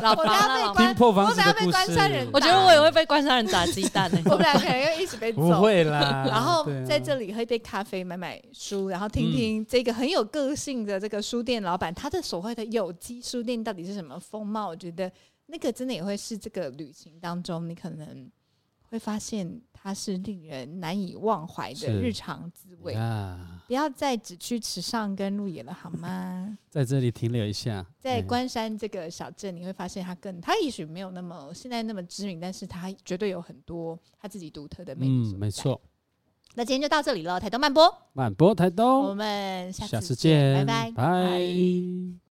Speaker 4: 老
Speaker 2: 我
Speaker 4: 房
Speaker 2: 等下
Speaker 4: 啦
Speaker 2: 被
Speaker 4: 老
Speaker 2: 关
Speaker 4: 房，
Speaker 3: 听破房
Speaker 2: 我
Speaker 3: 子
Speaker 2: 等下
Speaker 3: 的
Speaker 2: 被
Speaker 3: 故
Speaker 2: 关山人
Speaker 3: 事
Speaker 2: 打，
Speaker 4: 我觉得我也会被关山人打鸡蛋呢、欸
Speaker 2: 我们俩可能要一起被
Speaker 3: 不
Speaker 2: 揍。
Speaker 3: 会 啦。
Speaker 2: 然后
Speaker 3: 对啊嗯
Speaker 2: 在这里喝一杯咖啡，买买书，然后听听这个很有个性的这个书店老板，他的所谓的有机书店到底是什么风貌？我觉得那个真的也会是这个旅行当中，你可能会发现它是令人难以忘怀的
Speaker 3: 是
Speaker 2: 日常滋味。
Speaker 3: 呀，
Speaker 2: 不要再只去池上跟鹿野了，好 吗？
Speaker 3: 在这里停留一下，
Speaker 2: 在
Speaker 3: 哎
Speaker 2: 关山这个小镇，你会发现它更，它也许没有那么现在那么知名，但是它绝对有很多它自己独特的魅力。
Speaker 3: 嗯，没。错，
Speaker 2: 那今天就到这里了，台东慢播，
Speaker 3: 满播台
Speaker 2: 我
Speaker 3: 东，
Speaker 2: 们下
Speaker 3: 下
Speaker 2: 次
Speaker 3: 次
Speaker 2: 见，
Speaker 3: 见，
Speaker 2: 拜拜。
Speaker 3: 拜。